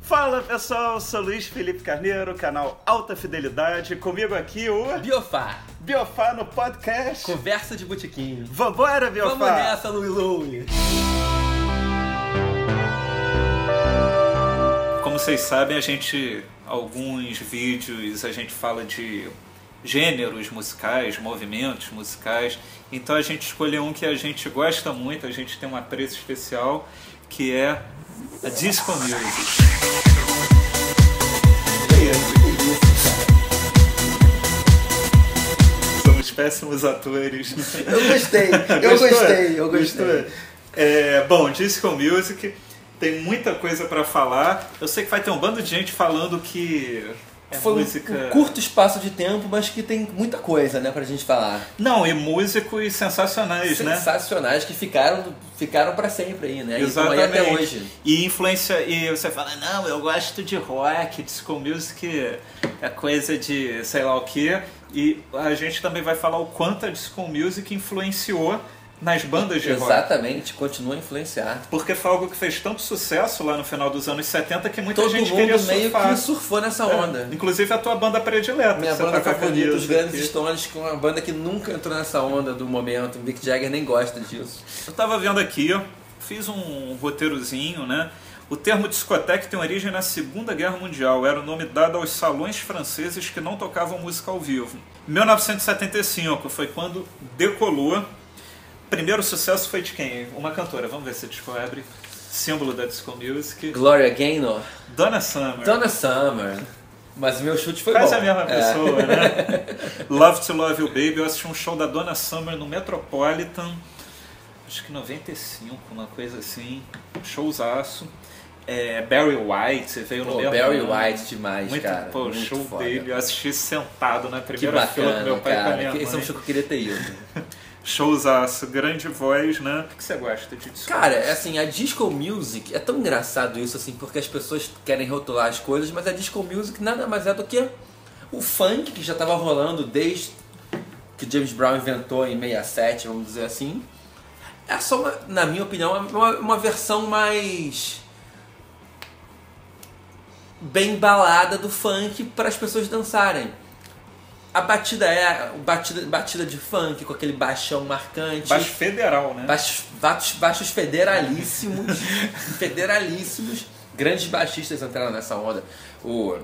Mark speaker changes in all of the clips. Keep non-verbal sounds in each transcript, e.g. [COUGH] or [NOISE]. Speaker 1: Fala pessoal, sou Luiz Felipe Carneiro, canal Alta Fidelidade. Comigo aqui o
Speaker 2: Biofá,
Speaker 1: Biofá no podcast.
Speaker 2: conversa de botiquinho.
Speaker 1: Vambora, Biofá!
Speaker 2: Vamos nessa, Louie Louie.
Speaker 3: Como vocês sabem, a gente alguns vídeos a gente fala de gêneros musicais, movimentos musicais. Então a gente escolheu um que a gente gosta muito, a gente tem um apreço especial, que é a disco music.
Speaker 1: Somos péssimos atores.
Speaker 3: né?
Speaker 4: Eu gostei, eu
Speaker 1: Gostou?
Speaker 4: gostei, eu gostei.
Speaker 1: Gostou? É, bom, Disco Music tem muita coisa pra falar. Eu sei que vai ter um bando de gente falando que é
Speaker 2: Foi um-
Speaker 1: música.
Speaker 2: um curto espaço de tempo, mas que tem muita coisa, né, pra gente falar.
Speaker 3: Não, e músicos sensacionais, né?
Speaker 2: Sensacionais que ficaram, ficaram pra sempre aí, né? E tão aí
Speaker 3: Exatamente.
Speaker 2: até hoje.
Speaker 3: E influência. E você fala, não, eu gosto de rock, disco music é coisa de sei lá o quê. E a gente também vai falar o quanto a disco music influenciou nas bandas de rock.
Speaker 2: Exatamente, continua a influenciar.
Speaker 3: Porque foi algo que fez tanto sucesso lá no final dos anos 70 que muita
Speaker 2: Todo
Speaker 3: gente
Speaker 2: mundo
Speaker 3: queria
Speaker 2: meio
Speaker 3: surfar. É.
Speaker 2: que surfou nessa onda.
Speaker 3: Inclusive a tua banda predileta.
Speaker 2: Minha
Speaker 3: que você
Speaker 2: banda
Speaker 3: tá com a
Speaker 2: favorita, os
Speaker 3: camisa
Speaker 2: Grandes
Speaker 3: aqui.
Speaker 2: Stones, que é uma banda que nunca entrou nessa onda do momento. O Mick Jagger nem gosta disso.
Speaker 3: Eu tava vendo aqui, ó, fiz um roteirozinho, né? O termo discoteca tem origem na Segunda Guerra Mundial. Era o nome dado aos salões franceses que não tocavam música ao vivo. 1975 foi quando decolou. Primeiro sucesso foi de quem? Uma cantora. Vamos ver se descobre. Símbolo da disco music.
Speaker 2: Gloria Gaynor,
Speaker 3: Donna Summer.
Speaker 2: Donna Summer. Mas meu chute foi
Speaker 3: Quase
Speaker 2: bom.
Speaker 3: a mesma
Speaker 2: É.
Speaker 3: pessoa, né? Love to Love You Baby. Eu assisti um show da Donna Summer no Metropolitan, acho que 95, uma coisa assim. Showzaço. É, Barry White veio no
Speaker 2: Pô,
Speaker 3: mesmo
Speaker 2: Barry
Speaker 3: ano.
Speaker 2: White demais,
Speaker 3: né? Muito,
Speaker 2: cara.
Speaker 3: pô, o
Speaker 2: muito
Speaker 3: show
Speaker 2: foda.
Speaker 3: dele. Eu assisti sentado na
Speaker 2: Que
Speaker 3: primeira fila com
Speaker 2: bacana,
Speaker 3: meu pai e com a
Speaker 2: cara.
Speaker 3: minha
Speaker 2: Esse é um
Speaker 3: mãe.
Speaker 2: show que eu queria ter ido.
Speaker 3: Showzaço, grande voz, né? O que você gosta de disco?
Speaker 2: Cara, é assim, a disco music é tão engraçado isso, assim, porque as pessoas querem rotular as coisas, mas a disco music nada mais é do que o funk que já tava rolando desde que James Brown inventou em 67, vamos dizer assim. É só, uma, na minha opinião, uma, uma versão mais bem balada do funk para as pessoas dançarem. A batida é o batida, batida de funk com aquele baixão marcante.
Speaker 3: Baixo federal, né?
Speaker 2: Baixos, baixos, baixos federalíssimos. federalíssimos. Grandes baixistas entraram nessa onda. O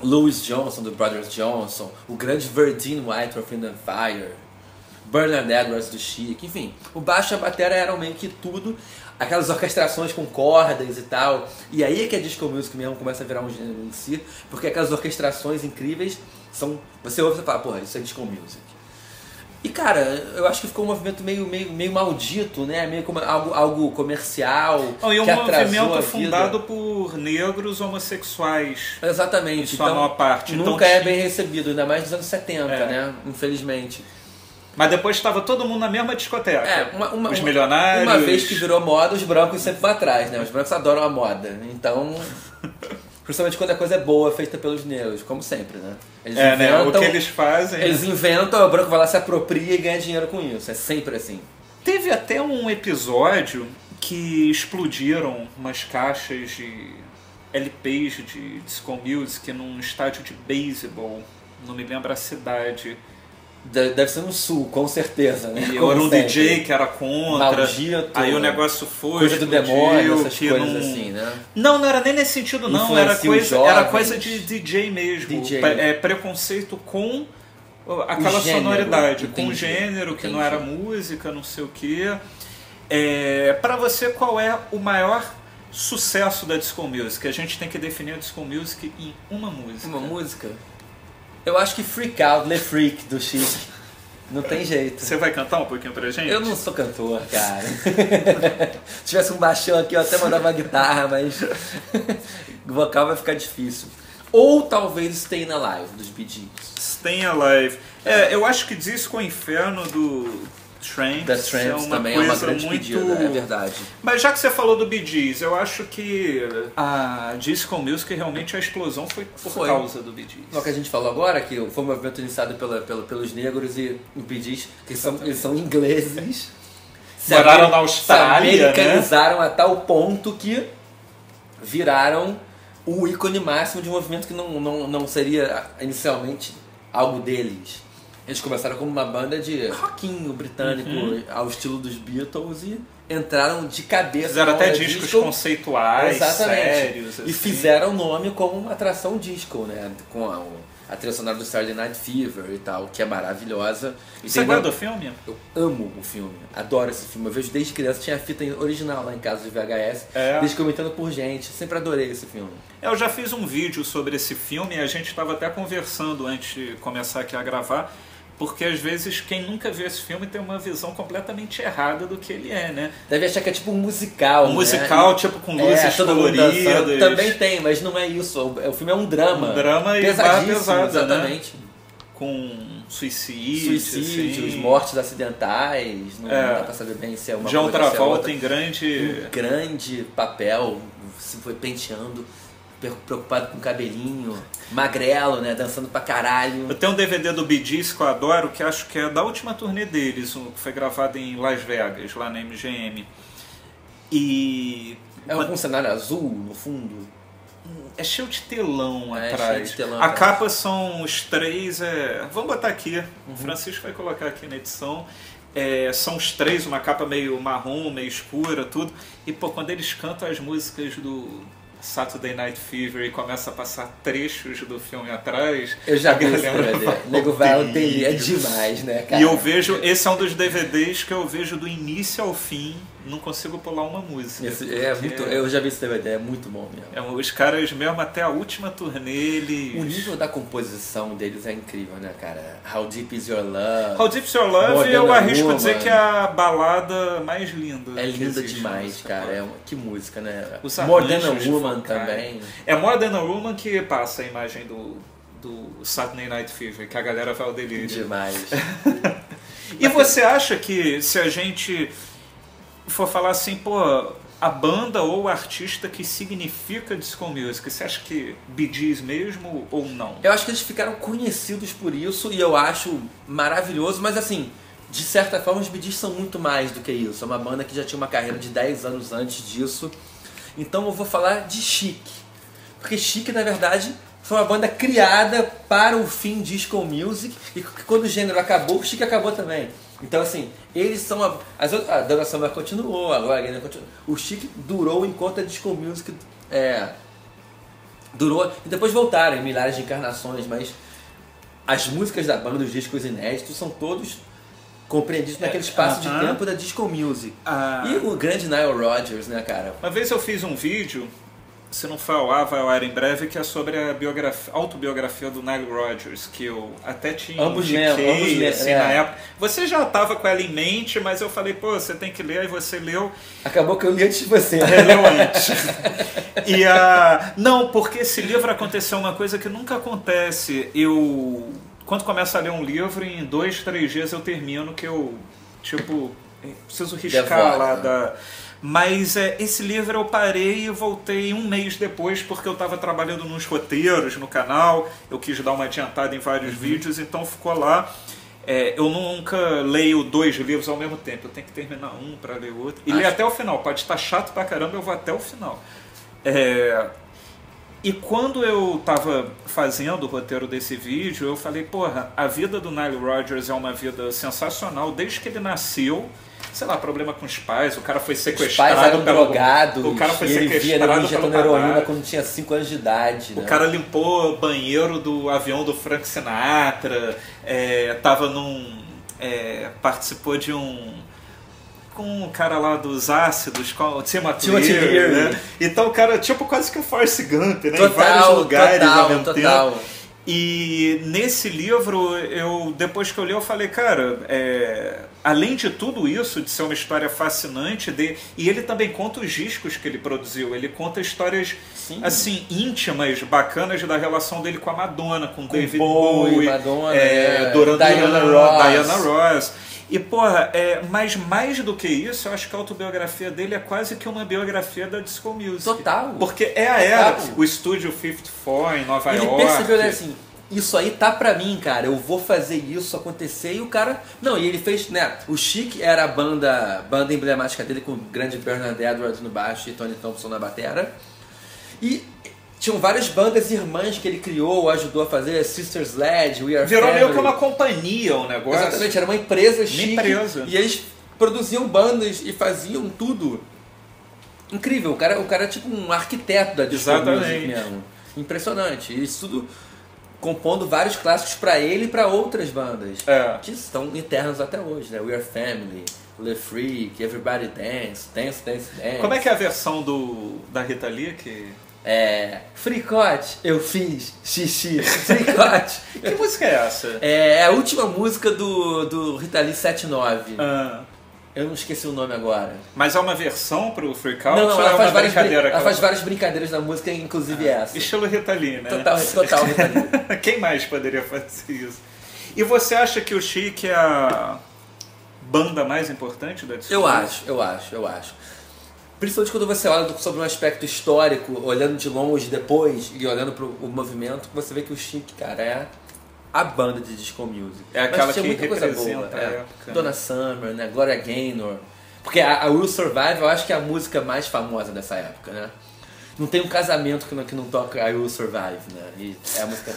Speaker 2: Louis Johnson, do Brothers Johnson. O grande Verdine White, do Wind and Fire. Bernard Edwards, do Chic. Enfim, o baixo e a batera eram meio que tudo. Aquelas orquestrações com cordas e tal. E aí é que a disco music mesmo começa a virar um gênero em si. Porque aquelas orquestrações incríveis são... Você ouve e fala, porra, isso é disco music. E cara, eu acho que ficou um movimento meio, meio, meio maldito, né? Meio como algo, algo comercial.
Speaker 3: Não, e um
Speaker 2: que atrasou a
Speaker 3: movimento
Speaker 2: vida.
Speaker 3: fundado por negros homossexuais.
Speaker 2: Exatamente.
Speaker 3: Em sua maior parte. Então,
Speaker 2: Nunca é
Speaker 3: tinha-
Speaker 2: bem recebido, ainda mais nos anos 70,
Speaker 3: É.
Speaker 2: né? Infelizmente.
Speaker 3: Mas depois estava todo mundo na mesma discoteca.
Speaker 2: É, uma, uma,
Speaker 3: Os
Speaker 2: uma-
Speaker 3: milionários.
Speaker 2: Uma vez que virou moda, os brancos sempre vão atrás, né? Os brancos adoram a moda.
Speaker 3: [LAUGHS]
Speaker 2: Então. Principalmente quando a coisa é boa, feita pelos negros, como sempre, né? Eles
Speaker 3: É, né? O que
Speaker 2: inventam-
Speaker 3: eles fazem. né?
Speaker 2: Eles inventam, o branco vai lá, se apropria e ganha dinheiro com isso. É sempre assim.
Speaker 3: Teve até um episódio que explodiram umas caixas de LPs de disco music num estádio de beisebol. Não me lembro a cidade.
Speaker 2: De- Deve ser no sul, com certeza, né?
Speaker 3: E
Speaker 2: Como
Speaker 3: era um
Speaker 2: sempre.
Speaker 3: DJ que era contra.
Speaker 2: Maldito.
Speaker 3: aí o negócio foi.
Speaker 2: Coisa do
Speaker 3: explodiu,
Speaker 2: demônio, essas
Speaker 3: que
Speaker 2: coisas
Speaker 3: não-
Speaker 2: assim, né?
Speaker 3: Não, não era nem nesse sentido, não. Era
Speaker 2: Influencia os
Speaker 3: coisa, era
Speaker 2: jovens.
Speaker 3: coisa de DJ mesmo.
Speaker 2: DJ.
Speaker 3: Pre- É, preconceito com ó, aquela
Speaker 2: O gênero,
Speaker 3: sonoridade, com o
Speaker 2: entendi,
Speaker 3: gênero, que não
Speaker 2: entendi.
Speaker 3: era música, não sei o quê. É, para você, qual é o maior sucesso da Disco Music? A gente tem que definir a Disco Music em uma música.
Speaker 2: Uma música? Eu acho que Freak Out, Le Freak, do Chic. Não tem jeito.
Speaker 3: Você vai cantar um pouquinho pra gente?
Speaker 2: Eu não sou cantor, cara. [LAUGHS] Se tivesse um baixão aqui, eu até mandava guitarra, mas [LAUGHS] o vocal vai ficar difícil. Ou talvez Stay na Live, dos Bee Gees.
Speaker 3: Stay Alive. É, eu acho que Disco Inferno do Tramps,
Speaker 2: Da Tramps
Speaker 3: é uma
Speaker 2: também é
Speaker 3: coisa
Speaker 2: uma grande
Speaker 3: muito...
Speaker 2: pedida, é verdade.
Speaker 3: Mas já que você falou do Bee Gees, eu acho que a Disco Music realmente a explosão foi por
Speaker 2: Foi.
Speaker 3: causa do Bee Gees.
Speaker 2: Só que a gente falou agora que foi um movimento iniciado pela, pela- pelos negros e impedis, que são, eles são ingleses. Se
Speaker 3: Moraram
Speaker 2: ameri-
Speaker 3: na Austrália, né?
Speaker 2: Se americanizaram a tal ponto que viraram o ícone máximo de um movimento que não, não, não seria inicialmente algo deles. Eles começaram como uma banda de rockinho britânico
Speaker 3: Uhum.
Speaker 2: ao estilo dos Beatles e entraram de cabeça.
Speaker 3: Fizeram
Speaker 2: na
Speaker 3: até
Speaker 2: onda
Speaker 3: discos
Speaker 2: é disco.
Speaker 3: conceituais,
Speaker 2: Exatamente.
Speaker 3: sérios.
Speaker 2: E
Speaker 3: assim.
Speaker 2: fizeram o nome como uma atração disco, né? Com a, a trilha sonora do Saturday Night Fever e tal, que é maravilhosa. E
Speaker 3: Você
Speaker 2: tem uma-
Speaker 3: guarda o filme?
Speaker 2: Eu amo o filme, adoro esse filme. Eu vejo desde criança, tinha a fita original lá em casa de VHS,
Speaker 3: É.
Speaker 2: desde comentando por gente. Sempre adorei esse filme.
Speaker 3: Eu já fiz um vídeo sobre esse filme e a gente estava até conversando antes de começar aqui a gravar, porque às vezes quem nunca viu esse filme tem uma visão completamente errada do que ele é, né?
Speaker 2: Deve achar que é tipo um musical.
Speaker 3: Um
Speaker 2: né?
Speaker 3: musical, tipo, com
Speaker 2: É,
Speaker 3: luzes
Speaker 2: todo mundo
Speaker 3: coloridas.
Speaker 2: dançando. Também tem, mas não é isso. O o filme é um drama.
Speaker 3: Um drama e barra
Speaker 2: pesadíssimo,
Speaker 3: pesada, né?
Speaker 2: exatamente.
Speaker 3: Com suicídio,
Speaker 2: Suicídios,
Speaker 3: assim.
Speaker 2: mortes acidentais, não,
Speaker 3: É.
Speaker 2: dá pra saber bem se é uma
Speaker 3: John
Speaker 2: coisa, se é outra.
Speaker 3: Travolta em grande...
Speaker 2: um grande papel, se foi penteando, per- preocupado com o cabelinho, magrelo, né? Dançando pra
Speaker 3: Eu
Speaker 2: caralho.
Speaker 3: tenho um DVD do Bee Gees que eu adoro, que acho que é da última turnê deles, um que foi gravado em Las Vegas, lá na MGM. E
Speaker 2: É um cenário azul no fundo.
Speaker 3: é cheio de telão
Speaker 2: É,
Speaker 3: atrás.
Speaker 2: cheio de telão
Speaker 3: A
Speaker 2: atrás.
Speaker 3: capa são os três. É... Vamos botar aqui.
Speaker 2: Uhum.
Speaker 3: O Francisco vai colocar aqui na edição. É, são os três, uma capa meio marrom, meio escura, tudo. E pô, quando eles cantam as músicas do Saturday Night Fever e começa a passar trechos do filme atrás.
Speaker 2: Eu
Speaker 3: [LAUGHS]
Speaker 2: já
Speaker 3: a
Speaker 2: vi esse
Speaker 3: galera
Speaker 2: DVD.
Speaker 3: fala,
Speaker 2: Nego vai ao delírio. É
Speaker 3: "Delírio".
Speaker 2: demais, né, cara?
Speaker 3: E eu vejo, esse é um dos DVDs que eu vejo do início ao fim, não consigo pular uma música.
Speaker 2: Esse- é
Speaker 3: porque
Speaker 2: muito, eu já vi esse DVD, é muito bom mesmo.
Speaker 3: é, os caras mesmo até a última turnê, eles.
Speaker 2: O nível da composição deles é incrível, né, cara? How Deep Is Your Love?
Speaker 3: How Deep Your Love,
Speaker 2: Modern
Speaker 3: eu arrisco
Speaker 2: Woman.
Speaker 3: dizer que é a balada mais linda.
Speaker 2: é
Speaker 3: que
Speaker 2: linda
Speaker 3: existe,
Speaker 2: demais,
Speaker 3: né?
Speaker 2: cara. É uma- que música, né?
Speaker 3: Os
Speaker 2: Modern
Speaker 3: arranjos
Speaker 2: Woman
Speaker 3: focais.
Speaker 2: também.
Speaker 3: É Modern Woman que passa a imagem do, do Saturday Night Fever, que a galera vai ao delírio.
Speaker 2: Demais.
Speaker 3: E você acha que se a gente for falar assim, pô, a banda ou o artista que significa disco music, você acha que Bee Gees mesmo ou não?
Speaker 2: Eu acho que eles ficaram conhecidos por isso e eu acho maravilhoso, mas assim, de certa forma os Bee Gees são muito mais do que isso. É uma banda que já tinha uma carreira de 10 anos antes disso. Então eu vou falar de Chic. Porque Chic, na verdade, foi uma banda criada para o fim disco music e que quando o gênero acabou, o Chic acabou também. Então assim, eles são a as outras- a Dana Summer continuou, a Wagner continuou. O Chic durou enquanto a disco music é, durou e depois voltaram em milhares de encarnações, mas as músicas da banda, os discos inéditos, são todos compreendidos naquele espaço de
Speaker 3: É, aham.
Speaker 2: tempo da disco music.
Speaker 3: Ah.
Speaker 2: E o grande Nile Rodgers, né, cara?
Speaker 3: Uma vez eu fiz um vídeo, se não for ao ar, vai ao ar em breve, que é sobre a biografia, autobiografia do Nile Rodgers, que eu até te
Speaker 2: Ambos
Speaker 3: indiquei,
Speaker 2: lemos, ambos lemos,
Speaker 3: assim,
Speaker 2: é.
Speaker 3: na época. Você já estava com ela em mente, mas eu falei, pô, você tem que ler, aí você
Speaker 2: [LAUGHS]
Speaker 3: leu.
Speaker 2: Acabou que eu li antes de você. né?
Speaker 3: [LAUGHS] Releu antes. E a. Não, porque esse livro aconteceu uma coisa que nunca acontece. Eu. Quando começo a ler um livro, em dois, três dias eu termino, que eu. Tipo. Preciso riscar
Speaker 2: Devora,
Speaker 3: lá
Speaker 2: né?
Speaker 3: da. Mas é, esse livro eu parei e voltei um mês depois, porque eu estava trabalhando nos roteiros no canal, eu quis dar uma adiantada em vários vídeos, então ficou lá. É, eu nunca leio dois livros ao mesmo tempo, eu tenho que terminar um para ler o outro. E ler
Speaker 2: Acho-
Speaker 3: até o final, pode estar chato pra caramba, eu vou até o final. É, e quando eu tava fazendo o roteiro desse vídeo, eu falei, porra, a vida do Nile Rodgers é uma vida sensacional desde que ele nasceu. Sei lá, problema com os pais, o cara foi
Speaker 2: Os
Speaker 3: sequestrado.
Speaker 2: pais eram
Speaker 3: pelo-
Speaker 2: drogados
Speaker 3: O cara foi
Speaker 2: e ele via
Speaker 3: sequestrado
Speaker 2: nego
Speaker 3: pelo
Speaker 2: injetando heroína
Speaker 3: papai.
Speaker 2: quando tinha 5 anos de idade.
Speaker 3: O
Speaker 2: né?
Speaker 3: cara limpou o banheiro do avião do Frank Sinatra, é, tava num. é, participou de um. Com o cara lá dos ácidos, com o Timothy
Speaker 2: Timothy
Speaker 3: Leary,
Speaker 2: Leary.
Speaker 3: né? Então o cara, tipo, quase que o Forrest Gump, né?
Speaker 2: total,
Speaker 3: em vários lugares
Speaker 2: total,
Speaker 3: ao mesmo tempo.
Speaker 2: total.
Speaker 3: E nesse livro, eu depois que eu li, eu falei, cara, é, além de tudo isso, de ser uma história fascinante, de, e ele também conta os discos que ele produziu, ele conta histórias
Speaker 2: Sim.
Speaker 3: assim íntimas, bacanas da relação dele com a Madonna, com,
Speaker 2: Com
Speaker 3: David
Speaker 2: Bowie,
Speaker 3: Bowie,
Speaker 2: Madonna,
Speaker 3: é,
Speaker 2: é,
Speaker 3: Duran
Speaker 2: Diana
Speaker 3: Duran,
Speaker 2: Ross.
Speaker 3: Diana Ross. E, porra, é, mas mais do que isso, eu acho que a autobiografia dele é quase que uma biografia da disco music.
Speaker 2: Total.
Speaker 3: Porque é a era,
Speaker 2: Total.
Speaker 3: o estúdio Fifth Four em Nova
Speaker 2: ele
Speaker 3: York.
Speaker 2: percebeu, né, assim, isso aí tá pra mim, cara, eu vou fazer isso acontecer e o cara... Não, e ele fez, né, o Chic era a banda, banda emblemática dele com o grande Bernard Edwards no baixo e Tony Thompson na batera. E Tinham várias bandas irmãs que ele criou, ajudou a fazer, Sisters Led, We Are
Speaker 3: Virou
Speaker 2: Family.
Speaker 3: meio que uma companhia o negócio.
Speaker 2: Exatamente, era uma empresa chique.
Speaker 3: empresa.
Speaker 2: E eles produziam bandas e faziam tudo. Incrível, o cara, o cara é tipo um arquiteto da disco
Speaker 3: Exatamente.
Speaker 2: music mesmo. Impressionante. E isso tudo compondo vários clássicos pra ele e pra outras bandas.
Speaker 3: É.
Speaker 2: Que estão internos até hoje, né? We Are Family, Le Freak, Everybody Dance, Dance, Dance, Dance.
Speaker 3: Como é que é a versão do da Rita Lee que
Speaker 2: É... Fricote, eu fiz xixi. Fricote.
Speaker 3: Que música é
Speaker 2: [LAUGHS]
Speaker 3: essa?
Speaker 2: é a última música do, do Rita Lee 79.
Speaker 3: Ah,
Speaker 2: Eu não esqueci o nome agora.
Speaker 3: mas é uma versão pro Freak Out
Speaker 2: Não, não,
Speaker 3: ou é
Speaker 2: ela faz, Ah.
Speaker 3: uma
Speaker 2: várias, brin-
Speaker 3: brincadeira?
Speaker 2: ela
Speaker 3: que
Speaker 2: faz várias brincadeiras na música, inclusive essa.
Speaker 3: Estilo Rita Lee, né?
Speaker 2: Total, [LAUGHS] total. Rita Lee.
Speaker 3: [LAUGHS] Quem mais poderia fazer isso? E você acha que o Chic é a banda mais importante da discografia?
Speaker 2: eu acho, eu acho, eu acho. Principalmente quando você olha do- sobre um aspecto histórico, olhando de longe depois e olhando pro o movimento, você vê que o Chic, cara, é a banda de disco music.
Speaker 3: É aquela
Speaker 2: Mas tinha
Speaker 3: que
Speaker 2: muita coisa
Speaker 3: representa
Speaker 2: boa.
Speaker 3: a
Speaker 2: é.
Speaker 3: época.
Speaker 2: Donna Summer, né? Gloria Gaynor. Porque a, a Will Survive, eu acho que é a música mais famosa dessa época, né? Não tem um casamento que não, que não toca I Will Survive, né? E é a música.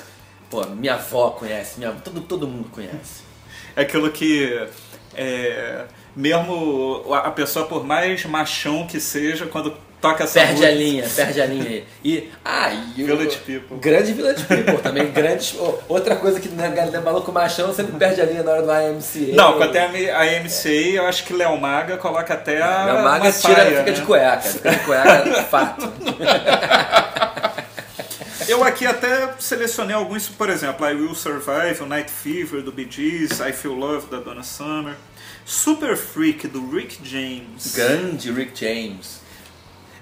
Speaker 2: Pô, minha avó conhece, minha, todo, todo mundo conhece.
Speaker 3: É aquilo que. é, mesmo a pessoa, por mais machão que seja, quando toca essa
Speaker 2: Perde
Speaker 3: música.
Speaker 2: a linha, perde a linha aí. E. Ah, e o-
Speaker 3: Village People.
Speaker 2: Grande Village People também. Grandes, ô, outra coisa que na galera é maluco machão sempre perde a linha na hora do IMCA.
Speaker 3: Não, com até a M- a MCI, eu acho que Léo Maga coloca até a.
Speaker 2: Minha
Speaker 3: uma
Speaker 2: maga tira,
Speaker 3: saia,
Speaker 2: fica
Speaker 3: né?
Speaker 2: de cueca. Fica de cueca, fato.
Speaker 3: Eu aqui até selecionei alguns, por exemplo, I Will Survive, o Night Fever do Bee Gees, I Feel Love da Donna Summer, Super Freak do Rick James.
Speaker 2: Grande Rick James.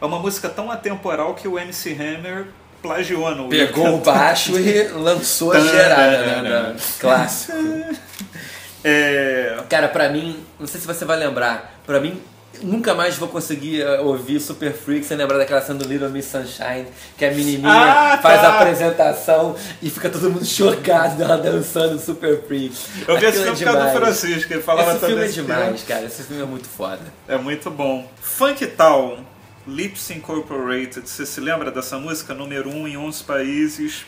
Speaker 3: É uma música tão atemporal que o MC Hammer plagiou no
Speaker 2: Pegou o baixo e lançou a gerada, né? né? Clássico.
Speaker 3: É,
Speaker 2: Cara, pra mim, não sei se você vai lembrar, pra mim, nunca mais vou conseguir eh, ouvir Super Freak sem lembrar daquela cena do Little Miss Sunshine, que a menininha
Speaker 3: Ah, tá.
Speaker 2: faz a apresentação e fica todo mundo [LAUGHS] chocado dela dançando Super Freak.
Speaker 3: eu vi esse
Speaker 2: Aquilo é
Speaker 3: filme por causa do
Speaker 2: demais.
Speaker 3: Francisco, ele falava
Speaker 2: Esse
Speaker 3: tanto
Speaker 2: filme é
Speaker 3: desse
Speaker 2: demais, cara. Esse filme é muito foda.
Speaker 3: É muito bom. Funk Town, Lips Incorporated. Você se lembra dessa música? Número 1 um em 11 países.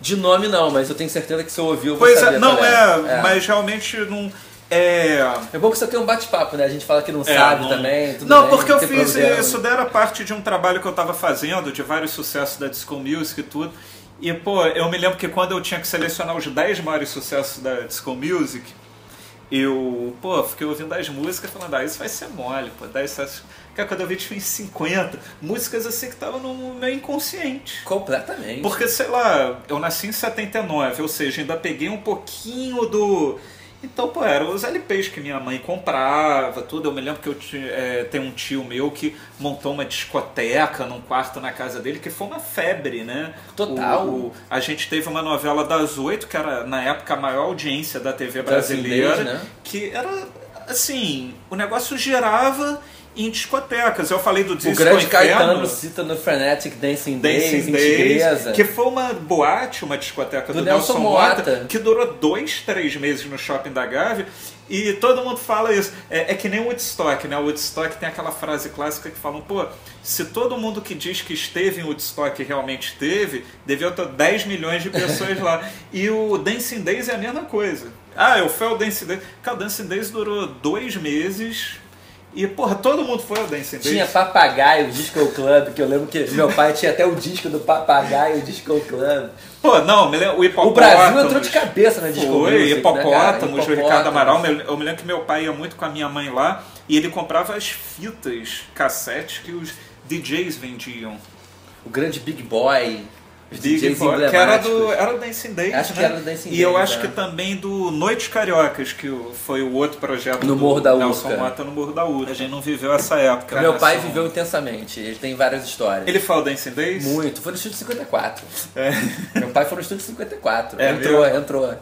Speaker 2: De nome não, mas eu tenho certeza que se eu ouvir eu vou
Speaker 3: Pois
Speaker 2: saber
Speaker 3: é, não
Speaker 2: qual
Speaker 3: é, mas realmente não. É.
Speaker 2: É bom que isso aqui é um bate-papo, né? A gente fala que não
Speaker 3: É,
Speaker 2: sabe
Speaker 3: não-
Speaker 2: também. tudo
Speaker 3: não,
Speaker 2: bem,
Speaker 3: porque eu
Speaker 2: tem
Speaker 3: fiz
Speaker 2: problema.
Speaker 3: isso, dera parte de um trabalho que eu tava fazendo, de vários sucessos da Disco Music e tudo. E, pô, eu me lembro que quando eu tinha que selecionar os 10 maiores sucessos da Disco Music, eu, pô, fiquei ouvindo as músicas falando, ah, isso vai ser mole, pô, 10 sucessos. Cara, quando eu vi, tinha uns 50 músicas assim que estavam no meu inconsciente.
Speaker 2: Completamente.
Speaker 3: Porque, sei lá, eu nasci em 79, ou seja, ainda peguei um pouquinho do. Então, pô, eram os LPs que minha mãe comprava, tudo. Eu me lembro que eu ti- é, tenho um tio meu que montou uma discoteca num quarto na casa dele, que foi uma febre, né?
Speaker 2: Total.
Speaker 3: O- o- a gente teve uma novela das oito, que era na época a maior audiência da TV
Speaker 2: Brasileira,
Speaker 3: brasileira,
Speaker 2: né?
Speaker 3: que era assim, o negócio girava em discotecas. Eu falei do Disco
Speaker 2: O grande
Speaker 3: Inferno.
Speaker 2: Caetano cita no Frenetic Dancing Days,
Speaker 3: Dancing
Speaker 2: em
Speaker 3: Days,
Speaker 2: Tigresa.
Speaker 3: que foi uma boate, uma discoteca do,
Speaker 2: Do Nelson Motta.
Speaker 3: que durou dois, três meses no shopping da Gávea, e todo mundo fala isso. É, é que nem o Woodstock, né? O Woodstock tem aquela frase clássica que falam, pô, se todo mundo que diz que esteve em Woodstock realmente esteve, devia ter 10 milhões de pessoas
Speaker 2: [LAUGHS]
Speaker 3: lá. E o Dancing Days é a mesma coisa. Ah, eu fui ao Dancing Days. Cara, o Dancing Days durou dois meses... E, porra, todo mundo foi ao Dancing Days.
Speaker 2: Tinha Papagaio, Disco Club, que eu lembro que meu pai tinha até o disco do Papagaio, Disco Club.
Speaker 3: Pô, não, me lembro, o
Speaker 2: O
Speaker 3: hipopótamo.
Speaker 2: Brasil entrou de cabeça na Disco Music,
Speaker 3: Foi,
Speaker 2: né, cara?
Speaker 3: hipopótamos, o Ricardo
Speaker 2: Hipopótamos.
Speaker 3: Amaral. Eu me lembro que meu pai ia muito com a minha mãe lá e ele comprava as fitas cassete que os DJs vendiam.
Speaker 2: O grande Big Boy, os
Speaker 3: Big
Speaker 2: DJs
Speaker 3: Boy, que era
Speaker 2: emblemáticos.
Speaker 3: do, era do Dancing Days,
Speaker 2: Acho que
Speaker 3: né?
Speaker 2: era do Dancing
Speaker 3: E eu
Speaker 2: Days,
Speaker 3: acho
Speaker 2: é.
Speaker 3: que também do Noites Cariocas, que o- foi o outro projeto
Speaker 2: No
Speaker 3: do
Speaker 2: Morro da
Speaker 3: Nelson
Speaker 2: Urca.
Speaker 3: Mota no Morro da Urca. A gente não viveu essa época. né?
Speaker 2: Meu pai
Speaker 3: Nelson.
Speaker 2: viveu intensamente, ele tem várias histórias.
Speaker 3: Ele foi o Dancing Days?
Speaker 2: Muito, foi no estúdio 54.
Speaker 3: É,
Speaker 2: Meu pai foi no estúdio 54.
Speaker 3: É
Speaker 2: entrou,
Speaker 3: mesmo?
Speaker 2: entrou.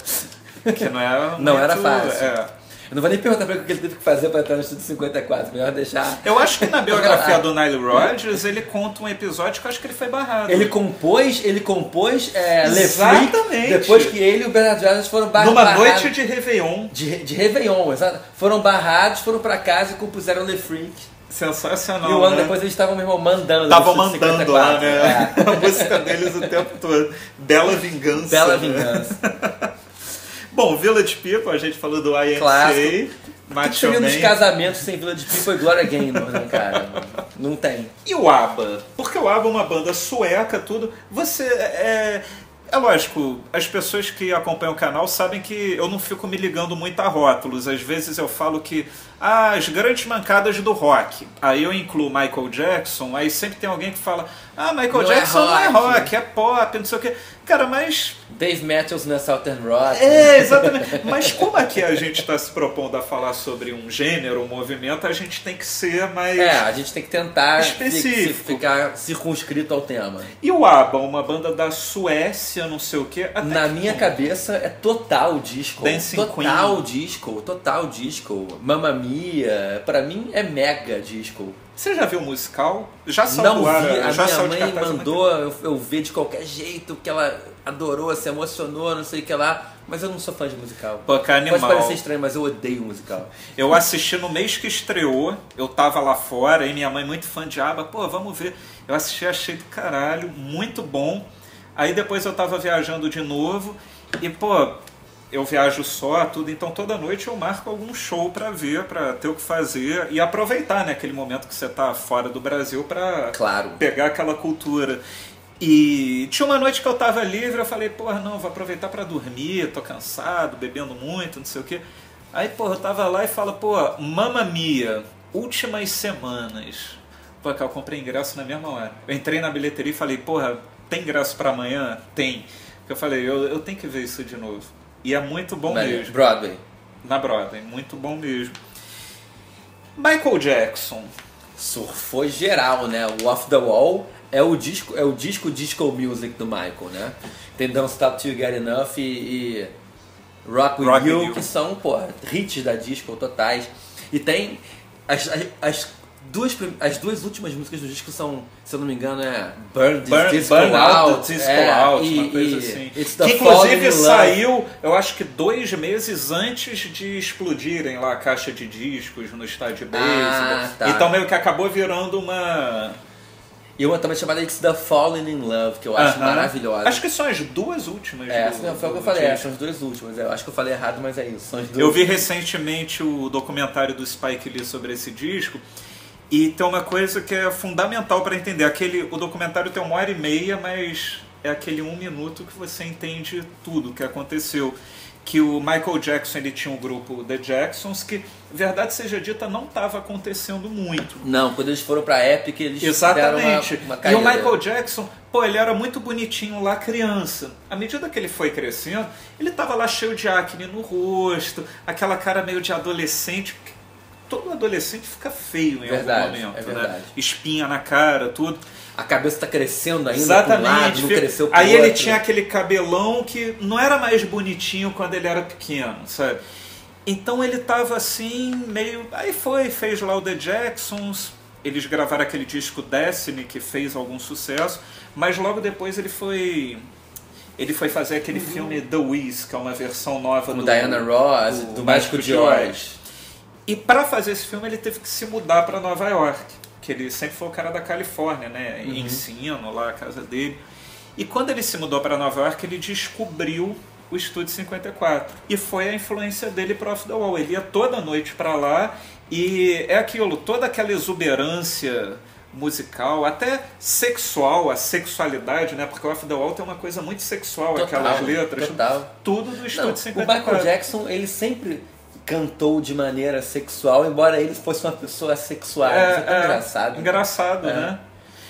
Speaker 3: que não
Speaker 2: [LAUGHS]
Speaker 3: era
Speaker 2: Não
Speaker 3: muito-
Speaker 2: era fácil.
Speaker 3: é.
Speaker 2: Eu não vou nem perguntar pra ele o que ele teve que fazer pra entrar no estúdio 54. Melhor deixar.
Speaker 3: Eu acho que na biografia do Nile Rodgers ele conta um episódio que eu acho que ele foi barrado.
Speaker 2: Ele compôs, ele compôs é, Le Freak,
Speaker 3: Exatamente.
Speaker 2: depois que ele e o Bernard Jones foram bar-
Speaker 3: Numa
Speaker 2: barrados.
Speaker 3: noite de Réveillon.
Speaker 2: de, de Réveillon, exato. Foram barrados, foram pra casa e compuseram Le Freak.
Speaker 3: Sensacional.
Speaker 2: e um ano
Speaker 3: né?
Speaker 2: depois eles estavam, meu irmão, mandando.
Speaker 3: Estavam
Speaker 2: no Instituto
Speaker 3: mandando lá,
Speaker 2: 54,
Speaker 3: né?
Speaker 2: é.
Speaker 3: [LAUGHS] A música deles o tempo todo. Bela Vingança.
Speaker 2: Bela
Speaker 3: né?
Speaker 2: vingança.
Speaker 3: Bom, Village People, a gente falou do IMCA.
Speaker 2: Clássico. Que
Speaker 3: Macho
Speaker 2: sumiu
Speaker 3: Man.
Speaker 2: nos casamentos sem Village People e Gloria Gaynor, né, cara? Não tem.
Speaker 3: E o ABBA? Porque o ABBA é uma banda sueca, tudo. Você é... É lógico, as pessoas que acompanham o canal sabem que eu não fico me ligando muito a rótulos. Às vezes eu falo que ah, as grandes mancadas do rock. Aí eu incluo Michael Jackson, aí sempre tem alguém que fala: Ah, Michael
Speaker 2: Não é
Speaker 3: Jackson não é
Speaker 2: rock.
Speaker 3: rock, é pop, não sei o quê.
Speaker 2: [LAUGHS]
Speaker 3: Cara, mas
Speaker 2: Dave Matthews na Southern Rock. né?
Speaker 3: É, exatamente. Mas como aqui a gente está se propondo a falar sobre um gênero, um movimento, a gente tem que ser mais.
Speaker 2: É, a gente tem que tentar fi-
Speaker 3: Específico.
Speaker 2: se- ficar circunscrito ao tema.
Speaker 3: E o ABBA, uma banda da Suécia, não sei o quê. até
Speaker 2: Na
Speaker 3: que
Speaker 2: minha
Speaker 3: não.
Speaker 2: cabeça é total disco.
Speaker 3: Dancing
Speaker 2: total disco, total disco. Mamma Mia, pra mim é mega disco.
Speaker 3: Você já viu o musical? Já saiu
Speaker 2: Não
Speaker 3: do
Speaker 2: vi,
Speaker 3: ar,
Speaker 2: a
Speaker 3: já
Speaker 2: minha
Speaker 3: saiu de
Speaker 2: mãe
Speaker 3: cartaz,
Speaker 2: mandou eu, eu ver de qualquer jeito, que ela adorou, se emocionou, não sei o que lá. Mas eu não sou fã de musical.
Speaker 3: Pô, que animal.
Speaker 2: Pode parecer estranho, mas eu odeio musical.
Speaker 3: Eu assisti no mês que estreou, eu tava lá fora e minha mãe muito fã de aba, pô, vamos ver. Eu assisti, achei do caralho, muito bom. Aí depois eu tava viajando de novo e, pô, eu viajo só, tudo, então toda noite eu marco algum show pra ver, pra ter o que fazer e aproveitar, né, aquele momento que você tá fora do Brasil pra
Speaker 2: Claro.
Speaker 3: pegar aquela cultura. E tinha uma noite que eu tava livre, eu falei, porra, não, vou aproveitar pra dormir, tô cansado, bebendo muito, não sei o quê. Aí, porra, eu tava lá e fala, pô, Mamma Mia, últimas semanas. Pô, cara, eu comprei ingresso na mesma hora. Eu entrei na bilheteria e falei, porra, tem ingresso pra amanhã? Tem. Eu falei, eu, eu tenho que ver isso de novo. E é muito bom
Speaker 2: Mas
Speaker 3: mesmo.
Speaker 2: Broadway.
Speaker 3: Na Broadway, muito bom mesmo. Michael Jackson.
Speaker 2: Surfou geral, né? O Off the Wall é o disco, é o disco disco music do Michael, né? Tem Don't Stop Till You Get Enough e, e Rock With
Speaker 3: Rock With
Speaker 2: You,
Speaker 3: You.
Speaker 2: que são, porra, hits da disco totais. E tem as, as, as duas, prim- as duas últimas músicas do disco são, se eu não me engano, é Burn, This
Speaker 3: Burn,
Speaker 2: Disco
Speaker 3: Burn
Speaker 2: Out,
Speaker 3: Out, Disco
Speaker 2: é,
Speaker 3: Out,
Speaker 2: e-
Speaker 3: uma coisa
Speaker 2: e
Speaker 3: assim.
Speaker 2: It's the
Speaker 3: Que
Speaker 2: Falling
Speaker 3: inclusive
Speaker 2: in Love.
Speaker 3: saiu, eu acho que dois meses antes de explodirem lá a caixa de discos no estádio de beisebol.
Speaker 2: Ah, tá.
Speaker 3: Então meio que acabou virando uma.
Speaker 2: E uma também chamada It's the Falling in Love, que eu acho
Speaker 3: Aham.
Speaker 2: maravilhosa.
Speaker 3: Acho que são as duas últimas.
Speaker 2: É,
Speaker 3: do-
Speaker 2: assim, foi o que eu
Speaker 3: do
Speaker 2: falei, é,
Speaker 3: disco.
Speaker 2: são as duas últimas. Eu acho que eu falei errado, mas é isso. São as duas
Speaker 3: Eu vi recentemente o documentário do Spike Lee sobre esse disco. E tem uma coisa que é fundamental para entender. Aquele, o documentário tem uma hora e meia, mas é aquele um minuto que você entende tudo o que aconteceu. Que o Michael Jackson ele tinha um grupo The Jacksons que, verdade seja dita, não estava acontecendo muito.
Speaker 2: Não, quando eles foram pra Epic, eles
Speaker 3: Exatamente.
Speaker 2: deram uma, uma
Speaker 3: e
Speaker 2: caída.
Speaker 3: o Michael Jackson, pô, ele era muito bonitinho lá criança. À medida que ele foi crescendo, ele tava lá cheio de acne no rosto, aquela cara meio de adolescente. porque Todo adolescente fica feio em
Speaker 2: Verdade,
Speaker 3: algum momento,
Speaker 2: é
Speaker 3: né?
Speaker 2: verdade.
Speaker 3: Espinha na cara, tudo.
Speaker 2: A cabeça tá crescendo ainda
Speaker 3: Exatamente.
Speaker 2: pra um lado, não
Speaker 3: fica-
Speaker 2: cresceu pro
Speaker 3: Aí ele
Speaker 2: outro.
Speaker 3: tinha aquele cabelão que não era mais bonitinho quando ele era pequeno, sabe? Então ele tava assim, meio. Aí foi, fez lá o The Jacksons, eles gravaram aquele disco Destiny que fez algum sucesso, mas logo depois ele foi. Ele foi fazer aquele filme The Wiz, que é uma versão nova
Speaker 2: Uhum. Com
Speaker 3: do
Speaker 2: Diana Ross, do, Mágico de Oz.
Speaker 3: e para fazer esse filme ele teve que se mudar para Nova York, que ele sempre foi o cara da Califórnia, né?
Speaker 2: Uhum.
Speaker 3: Ensino lá a casa dele. E quando ele se mudou para Nova York, ele descobriu o Estúdio 54. E foi a influência dele pro Off the Wall. Ele ia toda noite para lá e é aquilo, toda aquela exuberância musical, até sexual, a sexualidade, né? Porque o Off the Wall tem uma coisa muito sexual,
Speaker 2: Total,
Speaker 3: aquelas letras,
Speaker 2: total.
Speaker 3: tudo do
Speaker 2: Não,
Speaker 3: Estúdio
Speaker 2: o
Speaker 3: 54.
Speaker 2: Michael Jackson, ele sempre cantou de maneira sexual, embora ele fosse uma pessoa sexual. Isso é tão engraçado.
Speaker 3: Engraçado,
Speaker 2: É.
Speaker 3: né?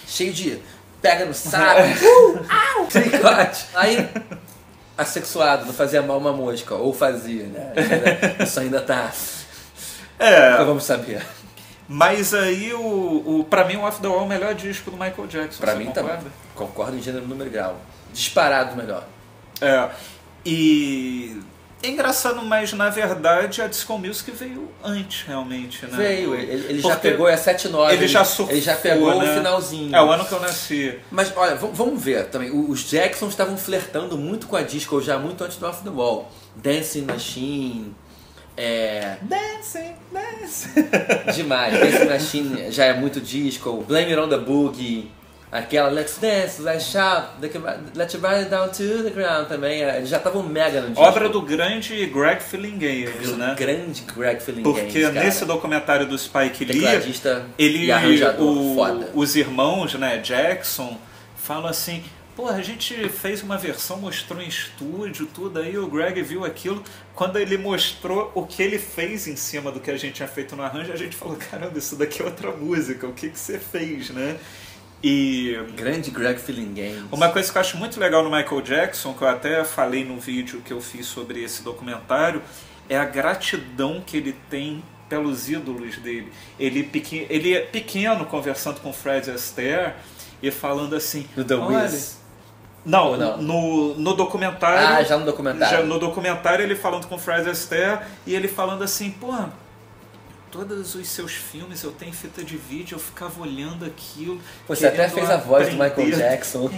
Speaker 2: Cheio de pega no
Speaker 3: [LAUGHS]
Speaker 2: saco, uh, au, tricote. Aí, assexuado, não fazia mal uma mosca, ou fazia, né? Isso ainda- Isso ainda tá...
Speaker 3: É,
Speaker 2: Nunca vamos saber.
Speaker 3: Mas aí, o, o, pra mim, o Off the Wall é o melhor disco do Michael Jackson.
Speaker 2: Pra
Speaker 3: você
Speaker 2: mim
Speaker 3: concorda?
Speaker 2: também. Concordo em gênero número e grau. Disparado melhor.
Speaker 3: É. E. É engraçado, mas na verdade a Disco Music veio antes, realmente, né?
Speaker 2: Veio, ele, ele já
Speaker 3: Porque
Speaker 2: pegou a 7-9.
Speaker 3: Ele já surfou,
Speaker 2: Ele já pegou
Speaker 3: né?
Speaker 2: o finalzinho.
Speaker 3: É o ano que eu nasci.
Speaker 2: Mas olha, v- vamos ver também. O- Os Jacksons estavam flertando muito com a disco já muito antes do Off the Wall. Dancing Machine, É,
Speaker 1: Dancing, dancing.
Speaker 2: [LAUGHS] demais. Dance Machine já é muito disco. Blame It On The Boogie. Aquela Let's Dance, Let's Shout, the- Let Your Body Down To The Ground também. é, Eles já estavam mega no disco.
Speaker 3: Obra do grande Greg Fillingames,
Speaker 2: Do
Speaker 3: né?
Speaker 2: grande Greg Fillingames,
Speaker 3: Porque
Speaker 2: cara.
Speaker 3: nesse documentário do Spike Lee,
Speaker 2: Tecladista
Speaker 3: ele
Speaker 2: e arranjador
Speaker 3: o-
Speaker 2: foda.
Speaker 3: os irmãos, né, Jackson, falam assim: Pô, a gente fez uma versão, mostrou em estúdio, tudo aí, o Greg viu aquilo. Quando ele mostrou o que ele fez em cima do que a gente tinha feito no arranjo, a gente falou: Caramba, isso daqui é outra música, o que, que você fez, né? E
Speaker 2: Grande Greg Fillingames.
Speaker 3: uma coisa que eu acho muito legal no Michael Jackson, que eu até falei no vídeo que eu fiz sobre esse documentário, é a gratidão que ele tem pelos ídolos dele. Ele, pequen- ele é pequeno conversando com o Fred Astaire e falando assim...
Speaker 2: No The
Speaker 3: "Olha-"
Speaker 2: Wiz.
Speaker 3: Não,
Speaker 2: Não.
Speaker 3: No, no documentário...
Speaker 2: Ah, já no documentário.
Speaker 3: Já no documentário ele falando com o Fred Astaire e ele falando assim, pô, todos os seus filmes eu tenho em fita de vídeo, eu ficava olhando aquilo.
Speaker 2: Pô, Você até
Speaker 3: querendo
Speaker 2: fez a voz do Michael
Speaker 3: aprender." [LAUGHS]
Speaker 2: Jackson.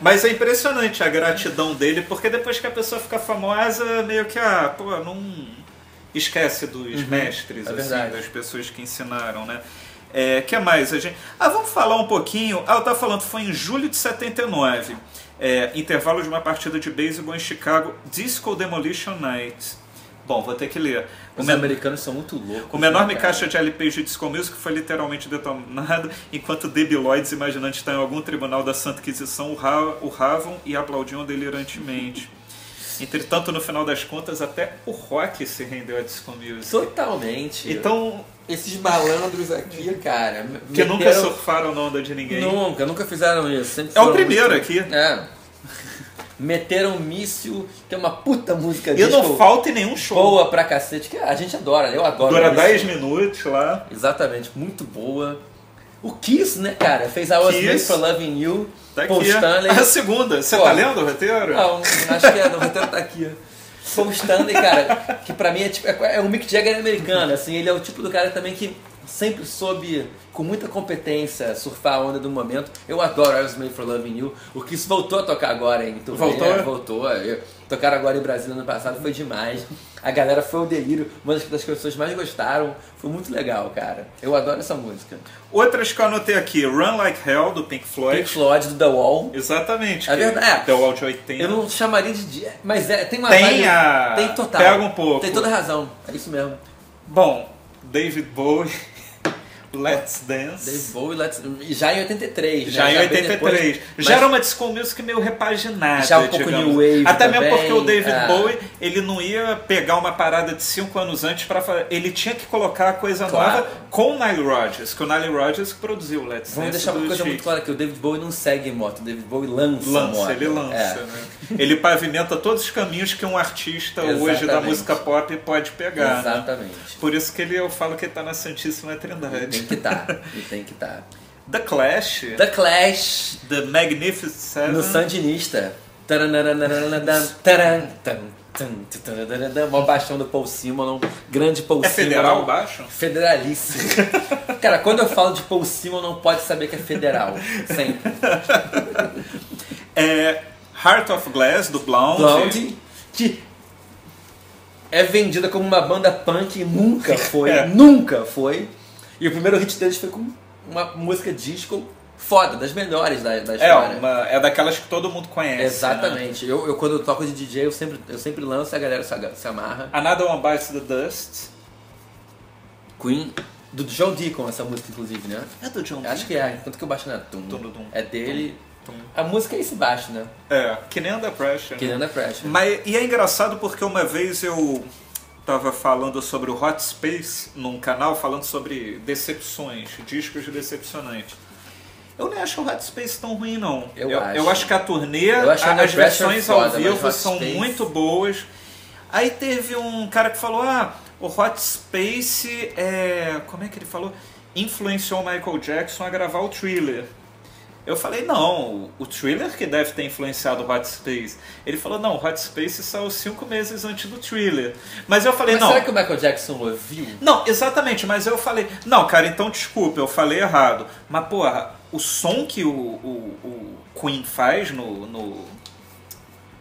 Speaker 3: Mas é impressionante a gratidão dele, porque depois que a pessoa fica famosa, meio que, ah, pô, não esquece dos mestres,
Speaker 2: é
Speaker 3: assim,
Speaker 2: verdade.
Speaker 3: das pessoas que ensinaram, né? É, que mais a gente... Ah, vamos falar um pouquinho... Ah, eu tava falando, foi em julho de 79, é, intervalo de uma partida de beisebol em Chicago, Disco Demolition Night. Bom, vou ter que ler.
Speaker 2: Os
Speaker 3: men-
Speaker 2: americanos é são muito loucos.
Speaker 3: uma enorme
Speaker 2: né, cara?
Speaker 3: caixa de LPs de disco music foi literalmente detonada, enquanto debiloides imaginantes estão tá em algum tribunal da Santa Inquisição urra- urravam e aplaudiam delirantemente. Entretanto, no final das contas, até o rock se rendeu a disco music.
Speaker 2: Totalmente.
Speaker 3: Então,
Speaker 2: Esses malandros aqui, cara.
Speaker 3: que
Speaker 2: meteram-
Speaker 3: nunca surfaram na onda de ninguém.
Speaker 2: Nunca, nunca fizeram isso. sempre
Speaker 3: É o
Speaker 2: foram
Speaker 3: primeiro
Speaker 2: muito-
Speaker 3: aqui.
Speaker 2: É. Meteram um míssil, que é uma puta música
Speaker 3: E não
Speaker 2: disco
Speaker 3: falta em nenhum show.
Speaker 2: boa pra cacete, que a gente adora, eu adoro.
Speaker 3: Dura
Speaker 2: isso.
Speaker 3: 10 minutos lá.
Speaker 2: Exatamente, muito boa. O Kiss, né, cara? Fez a Was
Speaker 3: Kiss.
Speaker 2: Made for Loving You,
Speaker 3: Tá
Speaker 2: Paul
Speaker 3: aqui.
Speaker 2: Stanley.
Speaker 3: A segunda. Você
Speaker 2: Pô.
Speaker 3: tá lendo o roteiro?
Speaker 2: Não, acho que é, não, o roteiro tá aqui. ó. Paul Stanley, cara, que pra mim é tipo, é é o Mick Jagger americano, assim, ele é o tipo do cara também que sempre soube, com muita competência, surfar a onda do momento. Eu adoro I Was Made For Loving You, o que isso voltou a tocar agora, hein? turnê,
Speaker 3: Voltou?
Speaker 2: é, voltou, é. tocaram agora em Brasília ano passado, foi demais. A galera foi o delírio, uma das das que as pessoas mais gostaram, foi muito legal, cara. Eu adoro essa música.
Speaker 3: Outras que eu anotei aqui. Run Like Hell, do Pink Floyd.
Speaker 2: Pink Floyd, do The Wall.
Speaker 3: Exatamente.
Speaker 2: É
Speaker 3: que
Speaker 2: verdade.
Speaker 3: The Wall de 80.
Speaker 2: Eu não chamaria de. di- Mas é, tem uma
Speaker 3: Tem
Speaker 2: vibe-
Speaker 3: a-
Speaker 2: Tem total.
Speaker 3: pega um pouco.
Speaker 2: Tem toda razão. É isso mesmo.
Speaker 3: Bom, David Bowie, [LAUGHS] Let's Dance.
Speaker 2: Dave Bowie, Let's- e já em 83. né?
Speaker 3: Já em
Speaker 2: bem
Speaker 3: 83.
Speaker 2: depois, mas
Speaker 3: já era uma disco music meio repaginada.
Speaker 2: Já um pouco
Speaker 3: digamos.
Speaker 2: new wave
Speaker 3: Até mesmo
Speaker 2: também,
Speaker 3: porque o David
Speaker 2: é.
Speaker 3: Bowie, ele não ia pegar uma parada de 5 anos antes para fazer. Ele tinha que colocar a coisa
Speaker 2: Claro.
Speaker 3: nova com o Nile Rodgers, que o Nile Rodgers produziu o Let's
Speaker 2: Vamos
Speaker 3: Dance.
Speaker 2: deixar uma
Speaker 3: do
Speaker 2: coisa
Speaker 3: Chic.
Speaker 2: muito clara que o David Bowie não segue moto, o David Bowie lança,
Speaker 3: Lança,
Speaker 2: moto.
Speaker 3: ele lança,
Speaker 2: É.
Speaker 3: né? Ele pavimenta todos os caminhos que um artista hoje da
Speaker 2: Exatamente.
Speaker 3: música pop pode pegar. né?
Speaker 2: Exatamente.
Speaker 3: Por isso que ele, eu falo que ele tá na Santíssima
Speaker 2: Tem
Speaker 3: Trindade.
Speaker 2: que tá, e tem que tá.
Speaker 3: The Clash.
Speaker 2: The Clash
Speaker 3: The Magnificent Seven.
Speaker 2: no Sandinista. Taranaranaranadam, taran, tan, tan, tan, taranararam. Mó baixão do Paul Simonon, grande Paul
Speaker 3: É
Speaker 2: Simonon.
Speaker 3: federal baixo? [LAUGHS]
Speaker 2: Federalíssimo. Cara, quando eu falo de Paul Simon, não pode saber que é federal. Sempre.
Speaker 3: É Heart of Glass, do Blonde.
Speaker 2: Blondie, que é vendida como uma banda punk e
Speaker 3: [LAUGHS]
Speaker 2: nunca foi.
Speaker 3: É.
Speaker 2: Nunca foi. E o primeiro hit deles foi com uma música disco foda, das melhores da, da
Speaker 3: É,
Speaker 2: história.
Speaker 3: uma, é daquelas que todo mundo conhece. Né?
Speaker 2: Exatamente. Eu, eu, quando eu toco de DJ, eu sempre, eu sempre lanço e a galera se, aga- se amarra.
Speaker 3: Another One Bites the Dust.
Speaker 2: Queen, do John Deacon, essa música, inclusive, né?
Speaker 3: É do John
Speaker 2: Acho que é, tanto que eu baixo na tum.
Speaker 3: Tum, tum, tum.
Speaker 2: É dele.
Speaker 3: Tum, tum.
Speaker 2: A música é esse baixo, né?
Speaker 3: É, que nem Under Pressure.
Speaker 2: Que nem
Speaker 3: né?
Speaker 2: Under Pressure.
Speaker 3: Mas, e é engraçado porque uma vez eu tava falando sobre o Hot Space num canal, falando sobre decepções, discos decepcionantes. Eu nem acho o Hot Space tão ruim, não.
Speaker 2: Eu
Speaker 3: eu
Speaker 2: acho.
Speaker 3: que a turnê,
Speaker 2: Eu acho
Speaker 3: a-
Speaker 2: Under
Speaker 3: as
Speaker 2: Pressure
Speaker 3: versões
Speaker 2: foda,
Speaker 3: ao
Speaker 2: mas
Speaker 3: vivo
Speaker 2: Hot
Speaker 3: são
Speaker 2: Space-
Speaker 3: muito boas. Aí teve um cara que falou: ah, o Hot Space é. Como é que ele falou? Influenciou o Michael Jackson a gravar o thriller. Eu falei, não, o thriller que deve ter influenciado o Hot Space. Ele falou, não, o Hot Space saiu cinco meses antes do thriller. Mas eu falei,
Speaker 2: Mas
Speaker 3: não.
Speaker 2: será que o Michael Jackson ouviu?
Speaker 3: Não, exatamente, mas eu falei, não, cara, então desculpa, eu falei errado. Mas, porra, o som que o, o, o Queen faz no, no,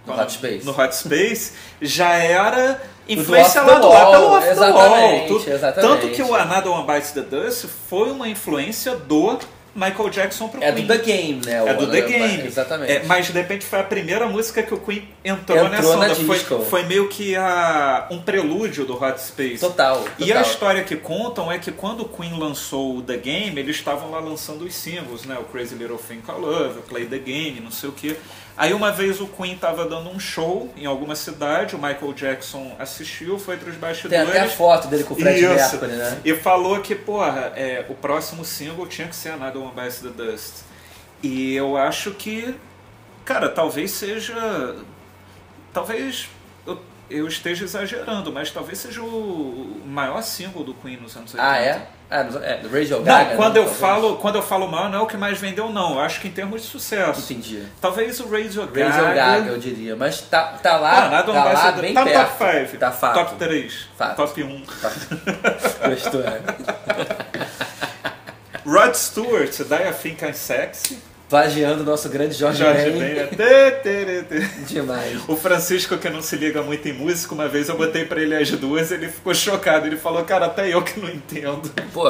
Speaker 2: No Hot Space.
Speaker 3: no Hot Space, já era
Speaker 2: After
Speaker 3: influência lá do
Speaker 2: Wall,
Speaker 3: lá pelo After Wall.
Speaker 2: exatamente,
Speaker 3: Tudo-
Speaker 2: exatamente.
Speaker 3: Tanto que o Another One Bites the Dust foi uma influência do Michael Jackson pro
Speaker 2: É
Speaker 3: Queen.
Speaker 2: do The Game, né? o
Speaker 3: É do The
Speaker 2: Another
Speaker 3: Game.
Speaker 2: One, Exatamente.
Speaker 3: É, mas de repente foi a primeira música que o Queen entrou,
Speaker 2: Entrou
Speaker 3: nessa
Speaker 2: na
Speaker 3: onda. Foi,
Speaker 2: disco.
Speaker 3: foi meio que a, um prelúdio do Hot Space.
Speaker 2: Total, total.
Speaker 3: E a história que contam é que quando o Queen lançou o The Game, eles estavam lá lançando os singles, né? O Crazy Little Thing Called Love, o Play the Game, não sei o quê. Aí uma vez o Queen estava dando um show em alguma cidade, o Michael Jackson assistiu, foi entre os
Speaker 2: Tem
Speaker 3: bastidores.
Speaker 2: até a foto dele com o Fred
Speaker 3: Isso.
Speaker 2: Mercury, né?
Speaker 3: E falou que, porra, é, o próximo single tinha que ser Another One Bites the Dust. E eu acho que, cara, talvez seja. Talvez eu, eu esteja exagerando, mas talvez seja o maior single do Queen nos anos 80.
Speaker 2: Ah, é? Ah, nos- é, do Radio Gaga.
Speaker 3: Não,
Speaker 2: né,
Speaker 3: quando eu,
Speaker 2: talvez.
Speaker 3: falo, quando eu falo maior, não é o que mais vendeu, não. Eu acho que em termos de sucesso.
Speaker 2: Entendi.
Speaker 3: Talvez o Radio Gaga.
Speaker 2: Radio Gaga, eu diria. Mas tá, tá
Speaker 3: Ah,
Speaker 2: lá,
Speaker 3: nada
Speaker 2: tá lá bem
Speaker 3: tá no
Speaker 2: perto.
Speaker 3: top 5.
Speaker 2: Tá fato.
Speaker 3: Top 3.
Speaker 2: Fato.
Speaker 3: Top 1.
Speaker 2: [LAUGHS] Gostou, né?
Speaker 3: Rod Stewart, Daí a Think I'm Sexy.
Speaker 2: Plagiando o nosso grande Jorge,
Speaker 3: Jorge
Speaker 2: Ben.
Speaker 3: Ben. é. Tê, tê, tê, tê.
Speaker 2: Demais.
Speaker 3: [LAUGHS] O Francisco, que não se liga muito em música, uma vez eu botei pra ele as duas, ele ficou chocado. Ele falou, cara, até eu que não entendo.
Speaker 2: Pô,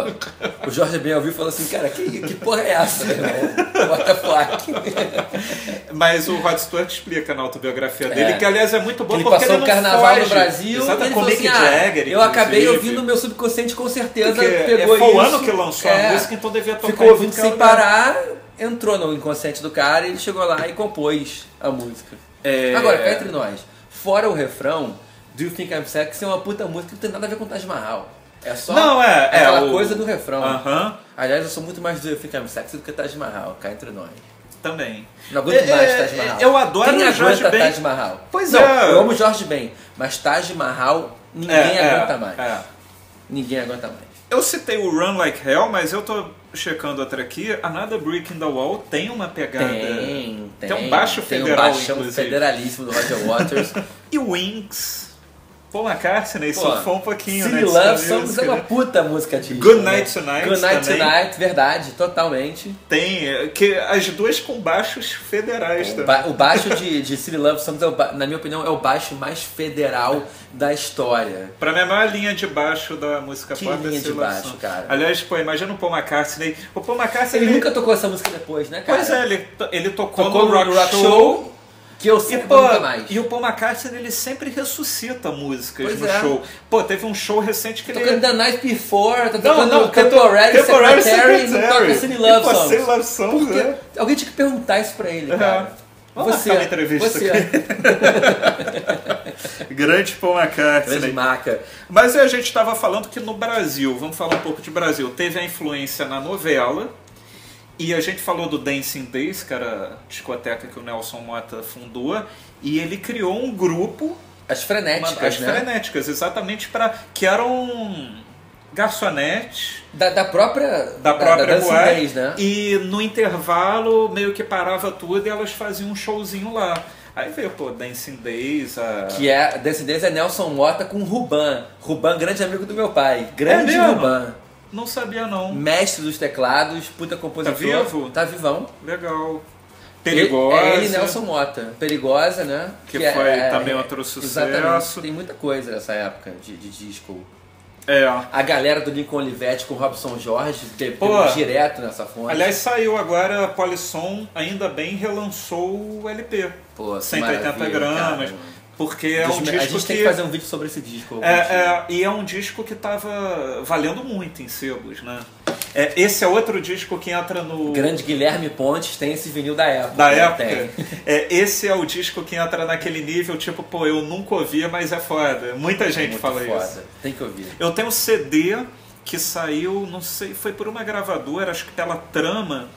Speaker 2: o Jorge Ben ouviu e falou assim, cara, que, que porra é essa, meu irmão? What the fuck?
Speaker 3: Mas o Rod Stewart explica na autobiografia dele,
Speaker 2: É.
Speaker 3: que aliás é muito bom
Speaker 2: Ele
Speaker 3: porque
Speaker 2: passou
Speaker 3: ele
Speaker 2: o
Speaker 3: não
Speaker 2: carnaval
Speaker 3: foge.
Speaker 2: no Brasil
Speaker 3: Exato, é
Speaker 2: e ele
Speaker 3: com
Speaker 2: falou
Speaker 3: Mick
Speaker 2: assim, ah,
Speaker 3: Jagger,
Speaker 2: eu acabei
Speaker 3: inclusive.
Speaker 2: ouvindo meu subconsciente, com certeza
Speaker 3: Porque é-
Speaker 2: pegou
Speaker 3: foi
Speaker 2: isso.
Speaker 3: o ano que lançou a
Speaker 2: É.
Speaker 3: música, então devia tocar
Speaker 2: Ficou
Speaker 3: em
Speaker 2: ouvindo
Speaker 3: qualquer
Speaker 2: sem
Speaker 3: lugar.
Speaker 2: parar, entrou no inconsciente do cara e ele chegou lá e compôs a música.
Speaker 3: É.
Speaker 2: Agora, cá entre nós, fora o refrão, Do You Think I'm Sexy é uma puta música que não tem nada a ver com Taj Mahal. É só
Speaker 3: Não, é- é,
Speaker 2: aquela
Speaker 3: o-
Speaker 2: coisa do refrão.
Speaker 3: Aham,
Speaker 2: Aliás, eu sou muito mais do You Think I'm Sexy do que Taj Mahal, cá entre nós.
Speaker 3: também.
Speaker 2: Não aguento
Speaker 3: É,
Speaker 2: mais Taj Mahal.
Speaker 3: Eu adoro
Speaker 2: Quem
Speaker 3: o Jorge
Speaker 2: aguenta
Speaker 3: Ben.
Speaker 2: Taj Mahal?
Speaker 3: Pois
Speaker 2: não,
Speaker 3: é.
Speaker 2: Eu amo Jorge Ben, mas Taj Mahal ninguém
Speaker 3: é,
Speaker 2: aguenta
Speaker 3: é,
Speaker 2: mais.
Speaker 3: é.
Speaker 2: Ninguém aguenta mais.
Speaker 3: Eu citei o Run Like Hell, mas eu tô checando outra aqui. Another Brick in the Wall tem uma pegada.
Speaker 2: Tem, tem.
Speaker 3: Tem um baixo federal,
Speaker 2: Tem um baixão
Speaker 3: inclusive.
Speaker 2: federalíssimo do Roger
Speaker 3: [LAUGHS]
Speaker 2: Waters.
Speaker 3: E Wings. Paul McCartney
Speaker 2: Pô,
Speaker 3: surfou um pouquinho,
Speaker 2: Silly
Speaker 3: né? dessa
Speaker 2: Love Songs
Speaker 3: música,
Speaker 2: é uma
Speaker 3: né?
Speaker 2: puta música de...
Speaker 3: Good Night Tonight
Speaker 2: Good Night
Speaker 3: também.
Speaker 2: Tonight, verdade, totalmente.
Speaker 3: Tem, é, que as duas com baixos federais
Speaker 2: O,
Speaker 3: também.
Speaker 2: ba- o baixo de, de Silly Love Songs, é o ba- na minha opinião, é o baixo mais federal da história.
Speaker 3: Pra mim, a maior linha de baixo da música
Speaker 2: Que
Speaker 3: pop é
Speaker 2: linha de
Speaker 3: Silly
Speaker 2: baixo,
Speaker 3: Song.
Speaker 2: cara.
Speaker 3: Aliás, pô, imagina o Paul McCartney. O Paul McCartney...
Speaker 2: Ele nunca tocou essa música depois, né, cara?
Speaker 3: Pois é, ele, to- ele tocou,
Speaker 2: Tocou
Speaker 3: no Rock, Show.
Speaker 2: que eu
Speaker 3: E,
Speaker 2: sempre
Speaker 3: pô,
Speaker 2: nunca mais.
Speaker 3: e o Paul McCartney, ele sempre ressuscita músicas
Speaker 2: Pois
Speaker 3: no
Speaker 2: é.
Speaker 3: show. Pô, teve um show recente que
Speaker 2: Tocando
Speaker 3: ele...
Speaker 2: The Night Before, tá
Speaker 3: Não,
Speaker 2: tocando
Speaker 3: não,
Speaker 2: Temporary,
Speaker 3: Temporary
Speaker 2: Secretary,
Speaker 3: Secretary.
Speaker 2: não toca Silly
Speaker 3: E,
Speaker 2: Love
Speaker 3: pô,
Speaker 2: Songs.
Speaker 3: Silly Love Songs,
Speaker 2: Porque
Speaker 3: é.
Speaker 2: alguém tinha que perguntar isso pra ele,
Speaker 3: É.
Speaker 2: cara.
Speaker 3: Vamos
Speaker 2: você,
Speaker 3: marcar uma entrevista
Speaker 2: você,
Speaker 3: Grande Paul McCartney.
Speaker 2: grande marca.
Speaker 3: Mas a gente estava falando que no Brasil, vamos falar um pouco de Brasil, teve a influência na novela. E a gente falou do Dancing Days, que era a discoteca que o Nelson Mota fundou, e ele criou um grupo,
Speaker 2: As
Speaker 3: uma-
Speaker 2: frenéticas,
Speaker 3: as
Speaker 2: né?
Speaker 3: frenéticas, exatamente para que um eram garçonetes
Speaker 2: Da, da própria
Speaker 3: da própria
Speaker 2: da, da Dancing
Speaker 3: boate,
Speaker 2: Days, né?
Speaker 3: E no intervalo meio que parava tudo e elas faziam um showzinho lá. Aí veio, pô, Dancing Days, a
Speaker 2: Que é, Dancing Days é Nelson Mota com Ruban. Ruban, grande amigo do meu pai. Grande
Speaker 3: É mesmo?
Speaker 2: Ruban.
Speaker 3: não sabia não.
Speaker 2: Mestre dos teclados, puta compositor.
Speaker 3: Tá vivo?
Speaker 2: Tá vivão.
Speaker 3: Legal. Perigosa.
Speaker 2: É ele e Nelson Mota. Perigosa, né?
Speaker 3: Que foi também outro sucesso.
Speaker 2: Exatamente. Tem muita coisa nessa época de, de disco.
Speaker 3: É.
Speaker 2: A galera do Lincoln Olivetti com Robson Jorge, de,
Speaker 3: Pô.
Speaker 2: direto nessa fonte.
Speaker 3: Aliás, saiu agora a Polisson, ainda bem, relançou o LP.
Speaker 2: Pô, que
Speaker 3: 180
Speaker 2: maravilha,
Speaker 3: gramas.
Speaker 2: cara.
Speaker 3: Porque é um
Speaker 2: Dos- a
Speaker 3: disco
Speaker 2: gente
Speaker 3: que.
Speaker 2: tem que fazer um né? vídeo sobre esse disco. algum
Speaker 3: é,
Speaker 2: dia.
Speaker 3: é, e é um disco que tava valendo muito em sebos, né? É, esse é outro disco que entra no.
Speaker 2: O grande Guilherme Pontes tem esse vinil da época.
Speaker 3: Da
Speaker 2: né?
Speaker 3: época.
Speaker 2: Tem.
Speaker 3: É, esse é o disco que entra naquele nível, tipo, pô, eu nunca ouvia, mas é foda. Muita gente
Speaker 2: Muito
Speaker 3: fala
Speaker 2: foda.
Speaker 3: isso.
Speaker 2: Tem que ouvir.
Speaker 3: Eu tenho um CD que saiu, não sei, foi por uma gravadora, acho que pela trama.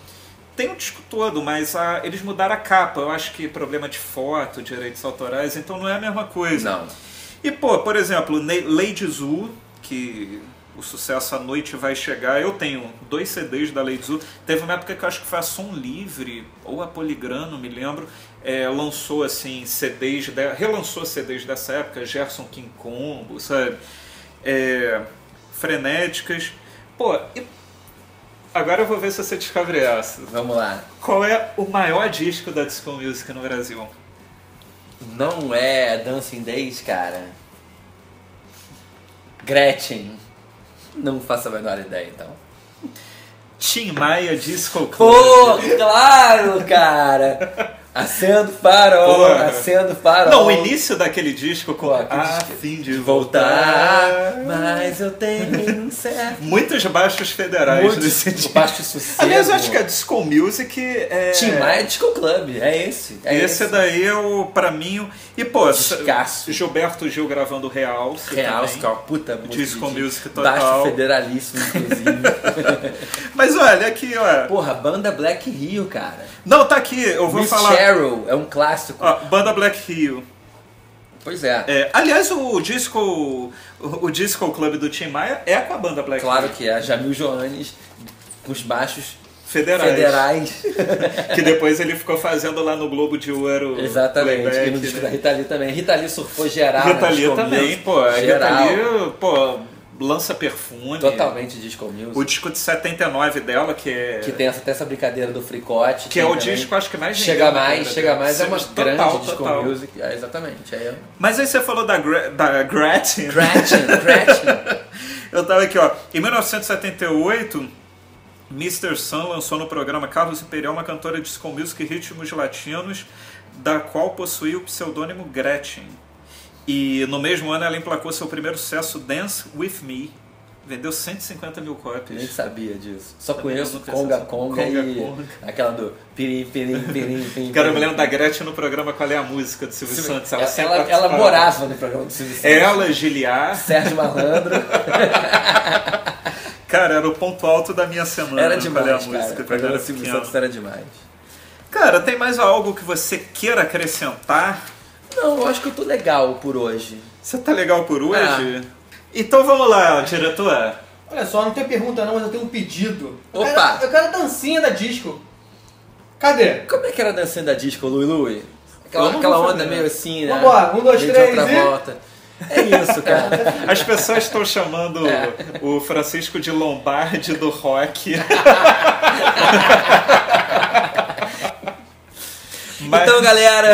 Speaker 3: Tem o disco todo, mas a- eles mudaram a capa. Eu acho que é problema de foto, direitos autorais, então não é a mesma coisa.
Speaker 2: Não.
Speaker 3: E, pô, por exemplo, Ne- Lady Zoo, que o sucesso à noite vai chegar. Eu tenho dois CDs da Lady Zoo. Teve uma época que eu acho que foi a Som Livre, ou a Poligrano, me lembro. é, lançou, assim, CDs, de- relançou CDs dessa época, Gerson King Combo, sabe? É, frenéticas. Pô, e... agora eu vou ver se você descobre essa.
Speaker 2: Vamos lá.
Speaker 3: Qual é o maior disco da Disco Music no Brasil?
Speaker 2: Não é Dancing Days, cara. Gretchen. Não faço a menor ideia, então.
Speaker 3: Tim Maia Disco Club.
Speaker 2: Pô, claro, cara! Acendo farol,
Speaker 3: Porra.
Speaker 2: acendo farol.
Speaker 3: Não, o início daquele disco com
Speaker 2: Pô, aquele
Speaker 3: A
Speaker 2: disco-
Speaker 3: fim de
Speaker 2: Voltar,
Speaker 3: voltar.
Speaker 2: mas eu tenho um certo.
Speaker 3: Muitos baixos federais nesse
Speaker 2: Muito
Speaker 3: disco.
Speaker 2: baixo sossego.
Speaker 3: Aliás, eu acho que a Disco Music é.
Speaker 2: Tim Maia é Disco Club, é esse. É
Speaker 3: Esse daí é o, pra mim, o- e pô,
Speaker 2: Descasso.
Speaker 3: Gilberto Gil gravando Real. você
Speaker 2: Real,
Speaker 3: também.
Speaker 2: que é uma puta música.
Speaker 3: Disco
Speaker 2: de-
Speaker 3: Music
Speaker 2: Baixo
Speaker 3: total.
Speaker 2: federalíssimo, inclusive.
Speaker 3: [LAUGHS] Mas olha, aqui, ó.
Speaker 2: Porra, banda Black Rio, cara.
Speaker 3: Não, tá aqui, eu vou
Speaker 2: Miss
Speaker 3: falar.
Speaker 2: Cheryl é um clássico.
Speaker 3: Ó, Banda Black Rio.
Speaker 2: Pois é.
Speaker 3: É, aliás, o disco, o, o disco club do Tim Maia é com a banda Black
Speaker 2: Claro
Speaker 3: Hill.
Speaker 2: que é. Jamil Joanes, com os baixos
Speaker 3: Federais.
Speaker 2: federais.
Speaker 3: [LAUGHS] Que depois ele ficou fazendo lá no Globo de Ouro.
Speaker 2: Exatamente. e no
Speaker 3: playback,
Speaker 2: disco da
Speaker 3: né?
Speaker 2: Rita Lee também. Rita Lee surfou geral.
Speaker 3: Rita
Speaker 2: na
Speaker 3: Lee
Speaker 2: disco
Speaker 3: também,
Speaker 2: music,
Speaker 3: pô. A Rita
Speaker 2: né? Geral.
Speaker 3: Lee, é pô, lança perfume.
Speaker 2: Totalmente disco music.
Speaker 3: O disco de 79 dela, que é.
Speaker 2: Que tem essa, até essa brincadeira do fricote.
Speaker 3: que é o
Speaker 2: tem também.
Speaker 3: disco, acho que mais
Speaker 2: Chega
Speaker 3: vendeu na
Speaker 2: mais,
Speaker 3: vida
Speaker 2: chega
Speaker 3: dela.
Speaker 2: mais. É uma
Speaker 3: Sim,
Speaker 2: grande
Speaker 3: total,
Speaker 2: disco
Speaker 3: total.
Speaker 2: music. É, exatamente. É.
Speaker 3: Mas aí você falou da, Gre- da Gretchen.
Speaker 2: Gretchen, Gretchen.
Speaker 3: Eu tava aqui, ó. Em 1978, Mr. Sun lançou no programa Carlos Imperial uma cantora de disco music e ritmos latinos, da qual possuía o pseudônimo Gretchen. E no mesmo ano ela emplacou seu primeiro sucesso, Dance With Me. Vendeu 150 mil
Speaker 2: Nem
Speaker 3: cópias.
Speaker 2: sabia disso. Só
Speaker 3: Também
Speaker 2: conheço
Speaker 3: não
Speaker 2: Conga
Speaker 3: conheço.
Speaker 2: Conga
Speaker 3: Conga
Speaker 2: e
Speaker 3: Conga.
Speaker 2: aquela do pirim, pirim, pirim, pirim.
Speaker 3: Cara, eu me
Speaker 2: pirim.
Speaker 3: lembro da Gretchen no programa Qual é a Música, do Silvio Santos. Ela,
Speaker 2: Ela,
Speaker 3: sempre É.
Speaker 2: ela, ela
Speaker 3: participava.
Speaker 2: morava no programa do Silvio Santos.
Speaker 3: Ela, Giliar.
Speaker 2: Sérgio Malandro.
Speaker 3: Cara, era o ponto alto da minha semana.
Speaker 2: era
Speaker 3: Qual é a
Speaker 2: demais,
Speaker 3: música,
Speaker 2: cara. O
Speaker 3: quando eu
Speaker 2: programa
Speaker 3: era
Speaker 2: do Silvio
Speaker 3: pequeno.
Speaker 2: Santos era demais.
Speaker 3: Cara, tem mais algo que você queira acrescentar?
Speaker 2: Não, eu acho que eu tô legal por hoje.
Speaker 3: Você tá legal
Speaker 2: Ah.
Speaker 3: por hoje? Então vamos lá, diretor.
Speaker 4: Olha só, não tem pergunta não, mas eu tenho um pedido. Eu
Speaker 2: Opa!
Speaker 4: quero, eu quero a dancinha da disco. Cadê?
Speaker 2: Como é que era a dancinha da disco, Lui Lui?
Speaker 3: Eu
Speaker 2: Aquela,
Speaker 3: não
Speaker 2: aquela
Speaker 3: vou
Speaker 2: onda
Speaker 3: saber.
Speaker 2: meio assim, né?
Speaker 4: Vambora, um, dois,
Speaker 2: Meio
Speaker 4: três
Speaker 2: de outra
Speaker 4: e-
Speaker 2: volta. É isso, cara.
Speaker 3: As pessoas estão chamando
Speaker 2: É.
Speaker 3: o Francisco de Lombardi
Speaker 2: [LAUGHS]
Speaker 3: do rock. [LAUGHS] Mas,
Speaker 2: Então, galera...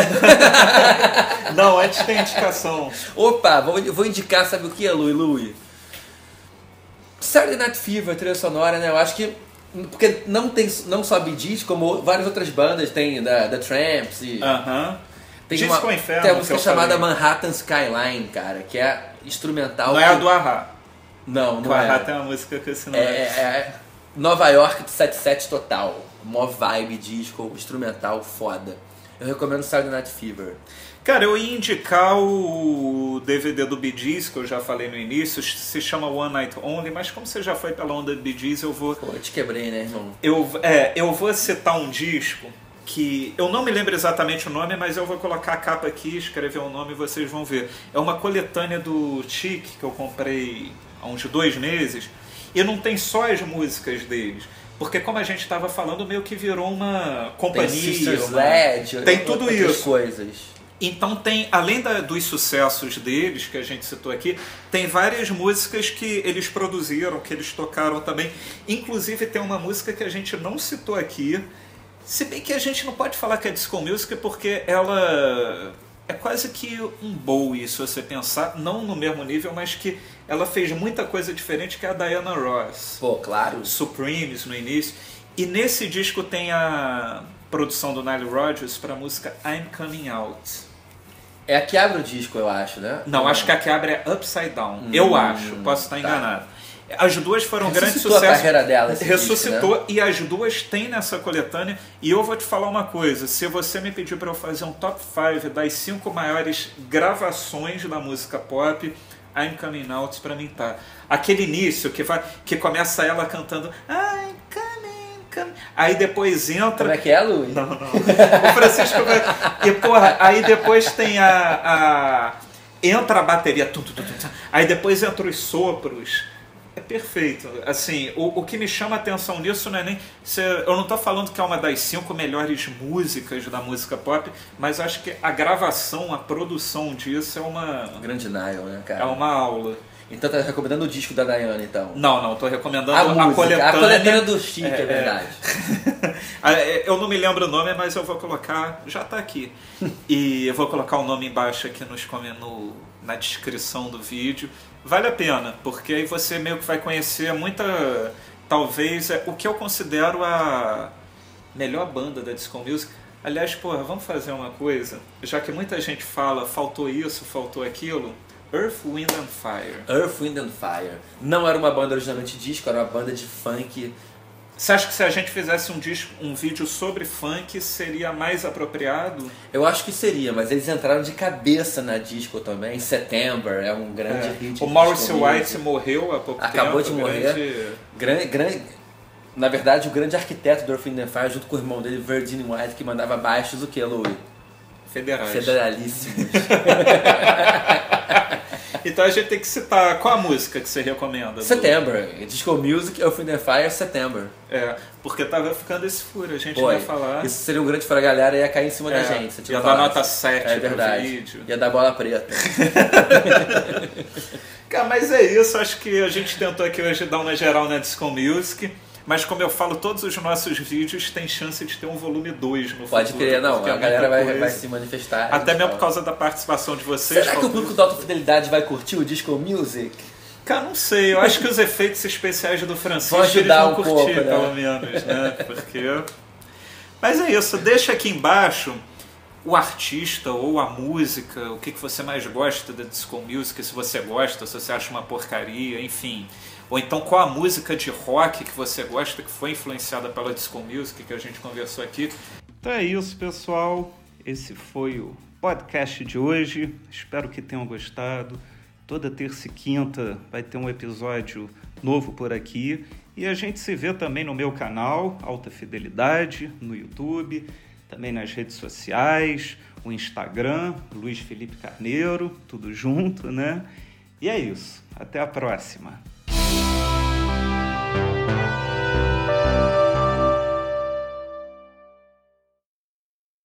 Speaker 2: [LAUGHS] Então-
Speaker 3: Não, antes tem indicação.
Speaker 2: Opa, vou, vou indicar, sabe o que é, Lui Lui? Saturday Night Fever, trilha sonora, né? Eu acho que. Porque não, tem, não só BGs, como várias outras bandas, tem da, da Tramps e.
Speaker 3: Aham.
Speaker 2: tem
Speaker 3: Disco Inferno,
Speaker 2: tem a
Speaker 3: que
Speaker 2: música
Speaker 3: eu
Speaker 2: chamada
Speaker 3: falei.
Speaker 2: Manhattan Skyline, cara, que é instrumental.
Speaker 3: Não é a
Speaker 2: que-
Speaker 3: do Arra.
Speaker 2: Não,
Speaker 3: Do
Speaker 2: não
Speaker 3: Arra
Speaker 2: é.
Speaker 3: tem uma música com esse
Speaker 2: É,
Speaker 3: nome.
Speaker 2: é, é Nova York de 77 total. Mó vibe, disco, instrumental, foda. Eu recomendo Saturday Night Fever.
Speaker 3: Cara, eu ia indicar o DVD do Bee Gees, que eu já falei no início, se chama One Night Only, mas como você já foi pela onda do Bee Gees, eu vou
Speaker 2: Pô, eu te quebrei, né, irmão?
Speaker 3: Eu, é, eu vou citar um disco que eu não me lembro exatamente o nome, mas eu vou colocar a capa aqui, escrever o nome e vocês vão ver. É uma coletânea do Chic que eu comprei há uns dois meses e não tem só as músicas deles. Porque como a gente estava falando, meio que virou uma
Speaker 2: Tem
Speaker 3: companhia.
Speaker 2: Sister
Speaker 3: uma-
Speaker 2: Sledge,
Speaker 3: né? Tem tudo
Speaker 2: outras
Speaker 3: isso.
Speaker 2: coisas.
Speaker 3: Então tem, além da- dos sucessos deles, que a gente citou aqui, tem várias músicas que eles produziram, que eles tocaram também. Inclusive tem uma música que a gente não citou aqui, se bem que a gente não pode falar que é disco music, porque ela é quase que um Bowie, se você pensar, não no mesmo nível, mas que ela fez muita coisa diferente que é a Diana Ross.
Speaker 2: Pô, claro.
Speaker 3: Supremes no início. E nesse disco tem a produção do Nile Rodgers para a música I'm Coming Out.
Speaker 2: É a que abre o disco, eu acho, né?
Speaker 3: Não, acho que a que abre é Upside Down. eu acho, posso estar
Speaker 2: Hum, tá.
Speaker 3: enganado. As duas foram grandes
Speaker 2: Ressuscitou a
Speaker 3: sucessos.
Speaker 2: carreira dela, né? esse
Speaker 3: Ressuscitou e as duas têm nessa coletânea. E eu vou te falar uma coisa: se você me pedir para eu fazer um top 5 das cinco maiores gravações da música pop. I'm coming out pra mim tá. Aquele início que, vai, que começa ela cantando I'm coming, coming. Aí depois entra
Speaker 2: Como é que é, Luiz?
Speaker 3: não, não. O Francisco vai. E porra, aí depois tem a. a- Entra a bateria. tum, tum, tum, tum, tum. Aí depois entra os sopros. É perfeito. Assim, o, o que me chama a atenção nisso não é nem. se- eu não tô falando que é uma das cinco melhores músicas da música pop, mas acho que a gravação, a produção disso é uma.
Speaker 2: Grande Nile, né, cara?
Speaker 3: É uma aula.
Speaker 2: Então tá recomendando o disco da Dayane, então.
Speaker 3: Não, não, tô recomendando
Speaker 2: a, música, a
Speaker 3: coletânea.
Speaker 2: coletânea do Chique, é,
Speaker 3: É, é.
Speaker 2: verdade.
Speaker 3: [LAUGHS] Ah, é, Eu não me lembro o nome, mas eu vou colocar. Já tá aqui. E eu vou colocar o nome embaixo aqui nos comen- no, na descrição do vídeo. Vale a pena, porque aí você meio que vai conhecer muita. Talvez é, o que eu considero a melhor banda da Disco Music. Aliás, porra, vamos fazer uma coisa. Já que muita gente fala, faltou isso, faltou aquilo. Earth, Wind and Fire.
Speaker 2: Earth, Wind and Fire. Não era uma banda originalmente disco, era uma banda de funk.
Speaker 3: Você acha que se a gente fizesse um, disco, um vídeo sobre funk seria mais apropriado?
Speaker 2: Eu acho que seria, mas eles entraram de cabeça na disco também. September é um grande
Speaker 3: É.
Speaker 2: hit.
Speaker 3: O
Speaker 2: disco
Speaker 3: Maurice
Speaker 2: music.
Speaker 3: White morreu há pouco
Speaker 2: Acabou de
Speaker 3: tempo. é
Speaker 2: morrer.
Speaker 3: grande-
Speaker 2: Grande, grande, na verdade, o grande arquiteto do Earth, Wind and Fire, junto com o irmão dele, Virginia White, que mandava baixos o que, Louie?
Speaker 3: Federais. [LAUGHS]
Speaker 2: Federalíssimos.
Speaker 3: Então a gente tem que citar qual a música que você recomenda. Du?
Speaker 2: September. Disco Music, Earth, Wind and Fire, September.
Speaker 3: É, porque tava ficando esse furo, a gente
Speaker 2: Boy,
Speaker 3: vai falar.
Speaker 2: Isso seria um grande pra galera ia cair em cima da
Speaker 3: Ah. É,
Speaker 2: gente. se eu te
Speaker 3: ia dar
Speaker 2: falasse.
Speaker 3: nota 7
Speaker 2: É
Speaker 3: pro
Speaker 2: verdade.
Speaker 3: vídeo.
Speaker 2: Ia dar bola
Speaker 3: [LAUGHS]
Speaker 2: preta.
Speaker 3: Cara, mas é isso, acho que a gente tentou aqui hoje dar uma geral na Disco Music. Mas como eu falo, todos os nossos vídeos têm chance de ter um volume 2 no
Speaker 2: Pode
Speaker 3: futuro,
Speaker 2: crer, não.
Speaker 3: porque é
Speaker 2: A galera
Speaker 3: muita
Speaker 2: vai,
Speaker 3: coisa.
Speaker 2: vai se manifestar.
Speaker 3: Até
Speaker 2: a gente
Speaker 3: mesmo por
Speaker 2: fala.
Speaker 3: causa da participação de vocês.
Speaker 2: Será que o público da Alta Fidelidade vai curtir o Disco Music?
Speaker 3: Cara, não sei. Eu acho que os efeitos especiais do Francisco
Speaker 2: Vão ajudar
Speaker 3: eles vão
Speaker 2: um pouco,
Speaker 3: curtir,
Speaker 2: né?
Speaker 3: pelo menos, né? Porque. Mas é isso. Deixa aqui embaixo o artista ou a música, o que, que você mais gosta da disco music, se você gosta, se você acha uma porcaria, enfim. Ou então qual a música de rock que você gosta que foi influenciada pela disco music que a gente conversou aqui. Então é isso, pessoal. Esse foi o podcast de hoje. Espero que tenham gostado. Toda terça e quinta vai ter um episódio novo por aqui. E a gente se vê também no meu canal, Alta Fidelidade, no YouTube, também nas redes sociais, o Instagram, Luiz Felipe Carneiro, tudo junto, né? E é isso. Até a próxima.